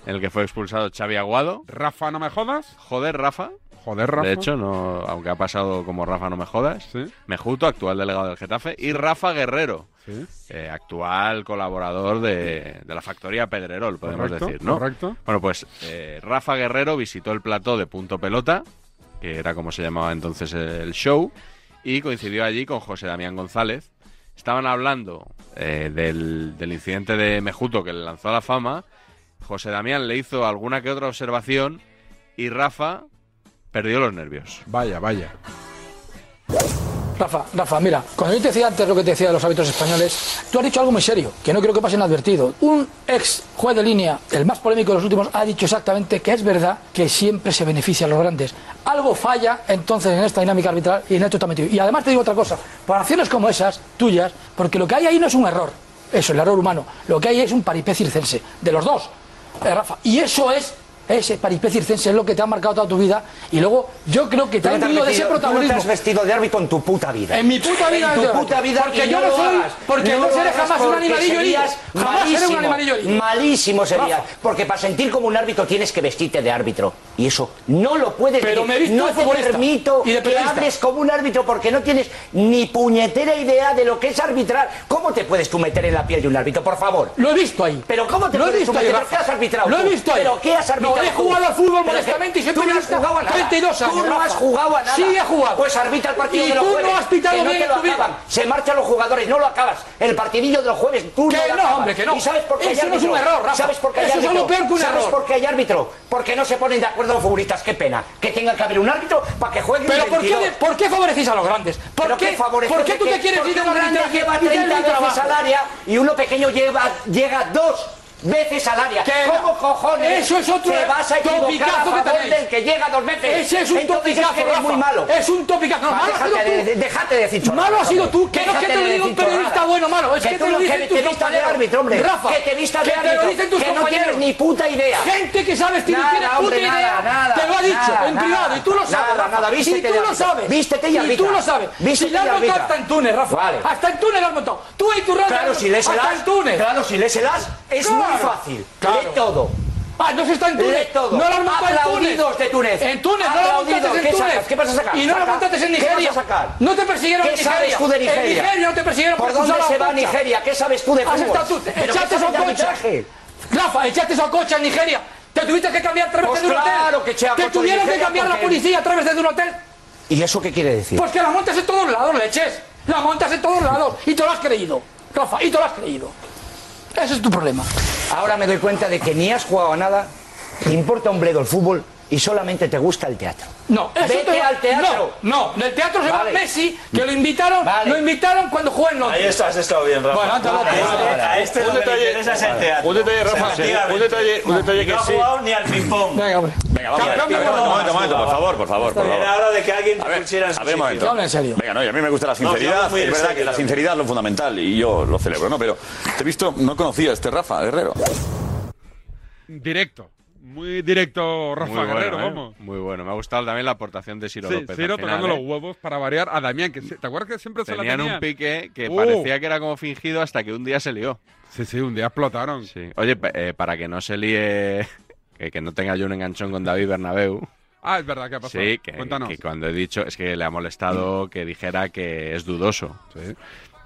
[SPEAKER 2] en el que fue expulsado Xavi Aguado.
[SPEAKER 17] Rafa, no me jodas.
[SPEAKER 2] Joder, Rafa.
[SPEAKER 17] Joder, Rafa.
[SPEAKER 2] De hecho, no, aunque ha pasado como Rafa, no me jodas.
[SPEAKER 17] Sí.
[SPEAKER 2] Mejuto, actual delegado del Getafe, y Rafa Guerrero,
[SPEAKER 17] Sí.
[SPEAKER 2] eh, actual colaborador de, de la factoría Pedrerol, podemos
[SPEAKER 17] Correcto,
[SPEAKER 2] decir, ¿no?
[SPEAKER 17] correcto.
[SPEAKER 2] Bueno, pues eh, Rafa Guerrero visitó el plató de Punto Pelota, que era como se llamaba entonces el show, y coincidió allí con José Damián González. Estaban hablando eh, del, del incidente de Mejuto que le lanzó a la fama. José Damián le hizo alguna que otra observación y Rafa perdió los nervios.
[SPEAKER 17] Vaya, vaya.
[SPEAKER 19] Rafa, Rafa, mira, cuando yo te decía antes lo que te decía de los hábitos españoles, tú has dicho algo muy serio, que no creo que pase inadvertido. Un ex juez de línea, el más polémico de los últimos, ha dicho exactamente que es verdad que siempre se beneficia a los grandes. Algo falla entonces en esta dinámica arbitral y en esto está metido. Y además te digo otra cosa, para acciones como esas, tuyas, porque lo que hay ahí no es un error, eso, el error humano, lo que hay es un paripé circense, de los dos. Eh, Rafa, y eso es ese paripé circense es lo que te ha marcado toda tu vida y luego yo creo que te han de ese protagonismo
[SPEAKER 17] vestido de árbitro en tu puta vida.
[SPEAKER 19] en mi puta vida.
[SPEAKER 17] En tu
[SPEAKER 19] yo-
[SPEAKER 17] puta vida.
[SPEAKER 19] Porque
[SPEAKER 17] y
[SPEAKER 19] yo no
[SPEAKER 17] lo
[SPEAKER 19] soy.
[SPEAKER 17] hagas.
[SPEAKER 19] Porque
[SPEAKER 17] No
[SPEAKER 19] no
[SPEAKER 17] lo
[SPEAKER 19] seré
[SPEAKER 17] hagas
[SPEAKER 19] jamás un
[SPEAKER 17] porque
[SPEAKER 19] animalillo herido.
[SPEAKER 17] serías
[SPEAKER 19] Jamás seré un
[SPEAKER 17] malísimo,
[SPEAKER 19] animalillo herido.
[SPEAKER 17] Malísimo serías.
[SPEAKER 19] Rafa.
[SPEAKER 17] Porque para sentir como un árbitro tienes que vestirte de árbitro. Y eso no lo puedes
[SPEAKER 19] Pero
[SPEAKER 17] decir.
[SPEAKER 19] me he visto
[SPEAKER 17] No
[SPEAKER 19] de
[SPEAKER 17] te
[SPEAKER 19] futbolista
[SPEAKER 17] permito
[SPEAKER 19] y de
[SPEAKER 17] que
[SPEAKER 19] periodista.
[SPEAKER 17] hables como un árbitro porque no tienes ni puñetera idea de lo que es arbitrar. ¿Cómo te puedes tú meter en la piel de un árbitro, por favor?
[SPEAKER 19] Lo he visto ahí.
[SPEAKER 17] Pero ¿cómo te
[SPEAKER 19] Lo he
[SPEAKER 17] puedes tú
[SPEAKER 19] visto ahí,
[SPEAKER 17] meter?
[SPEAKER 19] Rafa.
[SPEAKER 17] ¿Qué has arbitrado
[SPEAKER 19] Lo he
[SPEAKER 17] tú?
[SPEAKER 19] visto ahí.
[SPEAKER 17] ¿Pero qué has
[SPEAKER 19] No,
[SPEAKER 17] arbitrado
[SPEAKER 19] he
[SPEAKER 17] tú?
[SPEAKER 19] jugado al fútbol
[SPEAKER 17] Pero que-
[SPEAKER 19] modestamente y soy
[SPEAKER 17] tú no has
[SPEAKER 19] periodista.
[SPEAKER 17] jugado a nada.
[SPEAKER 19] 32 años,
[SPEAKER 17] Tú no
[SPEAKER 19] Rafa.
[SPEAKER 17] has jugado a nada.
[SPEAKER 19] Sí he jugado.
[SPEAKER 17] Pues arbitra el partido
[SPEAKER 19] Y
[SPEAKER 17] de los
[SPEAKER 19] tú no
[SPEAKER 17] jueves,
[SPEAKER 19] has pitado
[SPEAKER 17] que no
[SPEAKER 19] bien
[SPEAKER 17] te
[SPEAKER 19] en
[SPEAKER 17] lo
[SPEAKER 19] tu vida.
[SPEAKER 17] acaban. Se marchan los jugadores, no lo acabas. El partidillo de los jueves, tú
[SPEAKER 19] Que
[SPEAKER 17] no lo
[SPEAKER 19] no,
[SPEAKER 17] acabas.
[SPEAKER 19] hombre, que no.
[SPEAKER 17] ¿Y sabes por qué
[SPEAKER 19] Eso
[SPEAKER 17] hay
[SPEAKER 19] no es un
[SPEAKER 17] árbitro?
[SPEAKER 19] error, Rafa.
[SPEAKER 17] ¿Sabes por qué hay
[SPEAKER 19] Eso es
[SPEAKER 17] árbitro?
[SPEAKER 19] algo peor que un
[SPEAKER 17] ¿Sabes
[SPEAKER 19] error.
[SPEAKER 17] por qué hay árbitro? Porque no se ponen de acuerdo los futbolistas. Qué pena. Que tenga que haber un árbitro para que juegue
[SPEAKER 19] Pero
[SPEAKER 17] un
[SPEAKER 19] ¿por qué,
[SPEAKER 17] 22.
[SPEAKER 19] ¿por qué favorecís a los grandes? ¿Por
[SPEAKER 17] ¿Pero
[SPEAKER 19] qué,
[SPEAKER 17] favorecer?
[SPEAKER 19] ¿por qué tú
[SPEAKER 17] ¿De
[SPEAKER 19] te quieres
[SPEAKER 17] Porque
[SPEAKER 19] ir de
[SPEAKER 17] un
[SPEAKER 19] la
[SPEAKER 17] grande
[SPEAKER 19] grande
[SPEAKER 17] lleva 30 veces al área y uno pequeño lleva, llega a dos. veces al área.
[SPEAKER 19] Que
[SPEAKER 17] ¿Cómo
[SPEAKER 19] no.
[SPEAKER 17] cojones?
[SPEAKER 19] Eso es otro
[SPEAKER 17] te vas a equivocar a
[SPEAKER 19] topicazo que
[SPEAKER 17] favor
[SPEAKER 19] tenéis.
[SPEAKER 17] del que llega dos veces.
[SPEAKER 19] Ese es un
[SPEAKER 17] Entonces
[SPEAKER 19] topicazo,
[SPEAKER 17] que eres
[SPEAKER 19] Rafa.
[SPEAKER 17] muy malo.
[SPEAKER 19] Es un topicazo. No,
[SPEAKER 17] Va,
[SPEAKER 19] malo has
[SPEAKER 17] déjate
[SPEAKER 19] sido tú.
[SPEAKER 17] de- déjate de decir chorradas,
[SPEAKER 19] Malo has sido
[SPEAKER 17] hombre.
[SPEAKER 19] tú. Que no es que te
[SPEAKER 17] Déjate
[SPEAKER 19] lo
[SPEAKER 17] de
[SPEAKER 19] diga un
[SPEAKER 17] decir
[SPEAKER 19] periodista
[SPEAKER 17] chorradas.
[SPEAKER 19] bueno o malo. Es
[SPEAKER 17] Que
[SPEAKER 19] que
[SPEAKER 17] tú
[SPEAKER 19] te lo
[SPEAKER 17] no- que
[SPEAKER 19] dicen
[SPEAKER 17] te
[SPEAKER 19] tus
[SPEAKER 17] vistas de
[SPEAKER 19] compañeros.
[SPEAKER 17] árbitro, hombre.
[SPEAKER 19] Rafa.
[SPEAKER 17] Que te vistas de
[SPEAKER 19] Que te lo
[SPEAKER 17] árbitro.
[SPEAKER 19] dicen tus
[SPEAKER 17] Que no
[SPEAKER 19] compañeros.
[SPEAKER 17] tienes ni puta idea.
[SPEAKER 19] Gente que sabes tiene
[SPEAKER 17] Nada,
[SPEAKER 19] tiene puta
[SPEAKER 17] hombre, nada,
[SPEAKER 19] idea.
[SPEAKER 17] nada,
[SPEAKER 19] Te lo ha dicho
[SPEAKER 17] nada,
[SPEAKER 19] en
[SPEAKER 17] nada.
[SPEAKER 19] privado. Y tú lo sabes.
[SPEAKER 17] Nada,
[SPEAKER 19] Rafa.
[SPEAKER 17] nada,
[SPEAKER 19] Y
[SPEAKER 17] vístete
[SPEAKER 19] tú
[SPEAKER 17] de
[SPEAKER 19] lo
[SPEAKER 17] árbitro.
[SPEAKER 19] sabes.
[SPEAKER 17] Vístete y
[SPEAKER 19] Y tú
[SPEAKER 17] arbitra.
[SPEAKER 19] lo sabes.
[SPEAKER 17] Vístete
[SPEAKER 19] Si le
[SPEAKER 17] y
[SPEAKER 19] has montado
[SPEAKER 17] arbitra.
[SPEAKER 19] hasta en Túnez, Rafa.
[SPEAKER 17] Vale.
[SPEAKER 19] Hasta en Túnez lo has montado. Tú y tu raza.
[SPEAKER 17] Claro, si lees el
[SPEAKER 19] Hasta
[SPEAKER 17] as.
[SPEAKER 19] en Túnez.
[SPEAKER 17] Claro, si lees el as, es
[SPEAKER 19] Claro.
[SPEAKER 17] muy fácil.
[SPEAKER 19] Claro.
[SPEAKER 17] Lee todo.
[SPEAKER 19] Ah, no se está en Túnez.
[SPEAKER 17] Lee todo.
[SPEAKER 19] No lo han montado en Túnez.
[SPEAKER 17] Aplaudidos de Túnez.
[SPEAKER 19] En Túnez, no lo han
[SPEAKER 17] Aplaudidos.
[SPEAKER 19] montado en
[SPEAKER 17] ¿Qué
[SPEAKER 19] Túnez.
[SPEAKER 17] sacas? ¿Qué vas a sacar?
[SPEAKER 19] Y no lo
[SPEAKER 17] Saca.
[SPEAKER 19] montaste en
[SPEAKER 17] ¿Qué
[SPEAKER 19] Nigeria.
[SPEAKER 17] vas a sacar?
[SPEAKER 19] No te persiguieron
[SPEAKER 17] ¿Qué
[SPEAKER 19] en Nigeria.
[SPEAKER 17] sabes tú de Nigeria?
[SPEAKER 19] En Nigeria no te persiguieron
[SPEAKER 17] ¿Por
[SPEAKER 19] expulsar
[SPEAKER 17] dónde se
[SPEAKER 19] a
[SPEAKER 17] va
[SPEAKER 19] Ococha.
[SPEAKER 17] Nigeria? ¿Qué sabes tú de
[SPEAKER 19] Has
[SPEAKER 17] fútbol?
[SPEAKER 19] estado tú.
[SPEAKER 17] ¿Pero qué
[SPEAKER 19] Echaste a
[SPEAKER 17] sabes de
[SPEAKER 19] Ococha.
[SPEAKER 17] arbitraje?
[SPEAKER 19] Rafa, echaste a Ococha en Nigeria. Te tuviste que cambiar tres
[SPEAKER 17] Pues
[SPEAKER 19] veces de un hotel.
[SPEAKER 17] claro que eché a
[SPEAKER 19] Te
[SPEAKER 17] Ococha en
[SPEAKER 19] tuvieron que
[SPEAKER 17] Nigeria
[SPEAKER 19] cambiar la
[SPEAKER 17] porque-
[SPEAKER 19] policía tres veces de un hotel.
[SPEAKER 17] ¿Y eso qué quiere decir?
[SPEAKER 19] Pues que la montas en todos lados, leches. La montas en todos lados. Y te lo has creído. Rafa, y te lo has creído. Ese es tu problema.
[SPEAKER 17] Ahora me doy cuenta de que ni has jugado a nada, te importa un bledo el fútbol y solamente te gusta el teatro.
[SPEAKER 19] No, eso
[SPEAKER 17] Vete
[SPEAKER 19] te va-
[SPEAKER 17] al teatro.
[SPEAKER 19] No, no, del teatro se
[SPEAKER 17] Vale.
[SPEAKER 19] va Messi, que lo invitaron, lo invitaron cuando jugó en Londres.
[SPEAKER 6] Ahí está, has estado bien, Rafa.
[SPEAKER 19] Bueno, anda,
[SPEAKER 6] a
[SPEAKER 19] vale,
[SPEAKER 6] este,
[SPEAKER 19] vale.
[SPEAKER 6] a este
[SPEAKER 19] Un
[SPEAKER 6] lo que
[SPEAKER 19] detalle-
[SPEAKER 6] le interesa es el
[SPEAKER 19] vale.
[SPEAKER 6] teatro.
[SPEAKER 19] Un detalle, Rafa,
[SPEAKER 6] O sea,
[SPEAKER 19] sí,
[SPEAKER 6] efectivamente.
[SPEAKER 19] un detalle- un detalle
[SPEAKER 6] Y
[SPEAKER 19] que
[SPEAKER 6] no ha
[SPEAKER 19] sí.
[SPEAKER 6] jugado ni al ping-pong.
[SPEAKER 19] Venga, hombre.
[SPEAKER 6] Venga,
[SPEAKER 16] vamos,
[SPEAKER 6] al
[SPEAKER 16] venga,
[SPEAKER 6] ping-pong
[SPEAKER 16] un
[SPEAKER 6] no
[SPEAKER 16] momento,
[SPEAKER 6] has
[SPEAKER 16] un momento, por
[SPEAKER 6] jugado.
[SPEAKER 16] favor, por favor, por favor.
[SPEAKER 6] Era hora de que alguien te pusiera en
[SPEAKER 16] A
[SPEAKER 6] su
[SPEAKER 16] ver, un
[SPEAKER 6] sitio.
[SPEAKER 16] momento. Venga, no, y a mí me gusta la
[SPEAKER 6] No, yo hablo
[SPEAKER 16] sinceridad.
[SPEAKER 6] muy en
[SPEAKER 16] es verdad
[SPEAKER 6] serio,
[SPEAKER 16] que la
[SPEAKER 6] yo.
[SPEAKER 16] sinceridad es lo fundamental y yo lo celebro, ¿no? Pero te he visto, no conocía a este Rafa Herrero.
[SPEAKER 1] Directo. Muy directo, Rafa
[SPEAKER 2] Muy bueno,
[SPEAKER 1] Guerrero,
[SPEAKER 2] ¿eh?
[SPEAKER 1] vamos.
[SPEAKER 2] Muy bueno. Me ha gustado también la aportación de Ciro
[SPEAKER 1] Sí,
[SPEAKER 2] López. al
[SPEAKER 1] Ciro
[SPEAKER 2] final,
[SPEAKER 1] tocando
[SPEAKER 2] ¿eh?
[SPEAKER 1] los huevos para variar a Damián, que se- ¿te acuerdas que siempre se la
[SPEAKER 2] Tenían un pique que
[SPEAKER 1] Oh.
[SPEAKER 2] parecía que era como fingido hasta que un día se lió.
[SPEAKER 1] Sí, sí, un día explotaron.
[SPEAKER 2] Sí. Oye, pa- eh, para que no se líe, que, que no tenga yo un enganchón con David Bernabeu.
[SPEAKER 1] Ah, es verdad, ¿qué ha pasado?
[SPEAKER 2] Sí, que,
[SPEAKER 1] Cuéntanos.
[SPEAKER 2] que cuando he dicho, es que le ha molestado que dijera que es dudoso.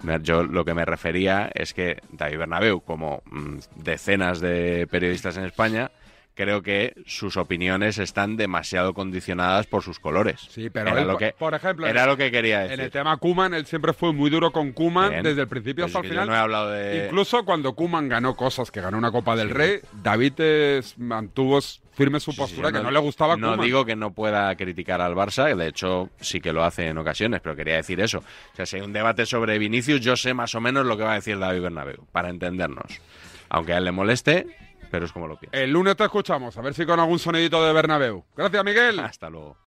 [SPEAKER 2] Me- Yo lo que me refería es que David Bernabeu, como mm, decenas de periodistas en España, creo que sus opiniones están demasiado condicionadas por sus colores.
[SPEAKER 1] Sí, pero
[SPEAKER 2] era
[SPEAKER 1] él,
[SPEAKER 2] lo
[SPEAKER 1] por-
[SPEAKER 2] que,
[SPEAKER 1] por ejemplo,
[SPEAKER 2] era
[SPEAKER 1] en-
[SPEAKER 2] lo que quería decir.
[SPEAKER 1] En el tema Kuman, él siempre fue muy duro con Kuman
[SPEAKER 2] Bien.
[SPEAKER 1] desde el principio
[SPEAKER 2] Pues
[SPEAKER 1] hasta
[SPEAKER 2] es
[SPEAKER 1] el
[SPEAKER 2] que yo
[SPEAKER 1] final.
[SPEAKER 2] no he hablado de-
[SPEAKER 1] Incluso cuando Kuman ganó cosas, que ganó una Copa del Rey, David eh, mantuvo s- firme su
[SPEAKER 2] Sí,
[SPEAKER 1] postura,
[SPEAKER 2] yo
[SPEAKER 1] que no le gustaba
[SPEAKER 2] No
[SPEAKER 1] Koeman.
[SPEAKER 2] digo que no pueda criticar al Barça, de hecho sí que lo hace en ocasiones, pero quería decir eso. O sea, si hay un debate sobre Vinicius, yo sé más o menos lo que va a decir David Bernabeu, para entendernos. Aunque a él le moleste, pero es como lo piensa.
[SPEAKER 1] El lunes te escuchamos, a ver si con algún sonidito de Bernabéu. Gracias, Miguel.
[SPEAKER 2] Hasta luego.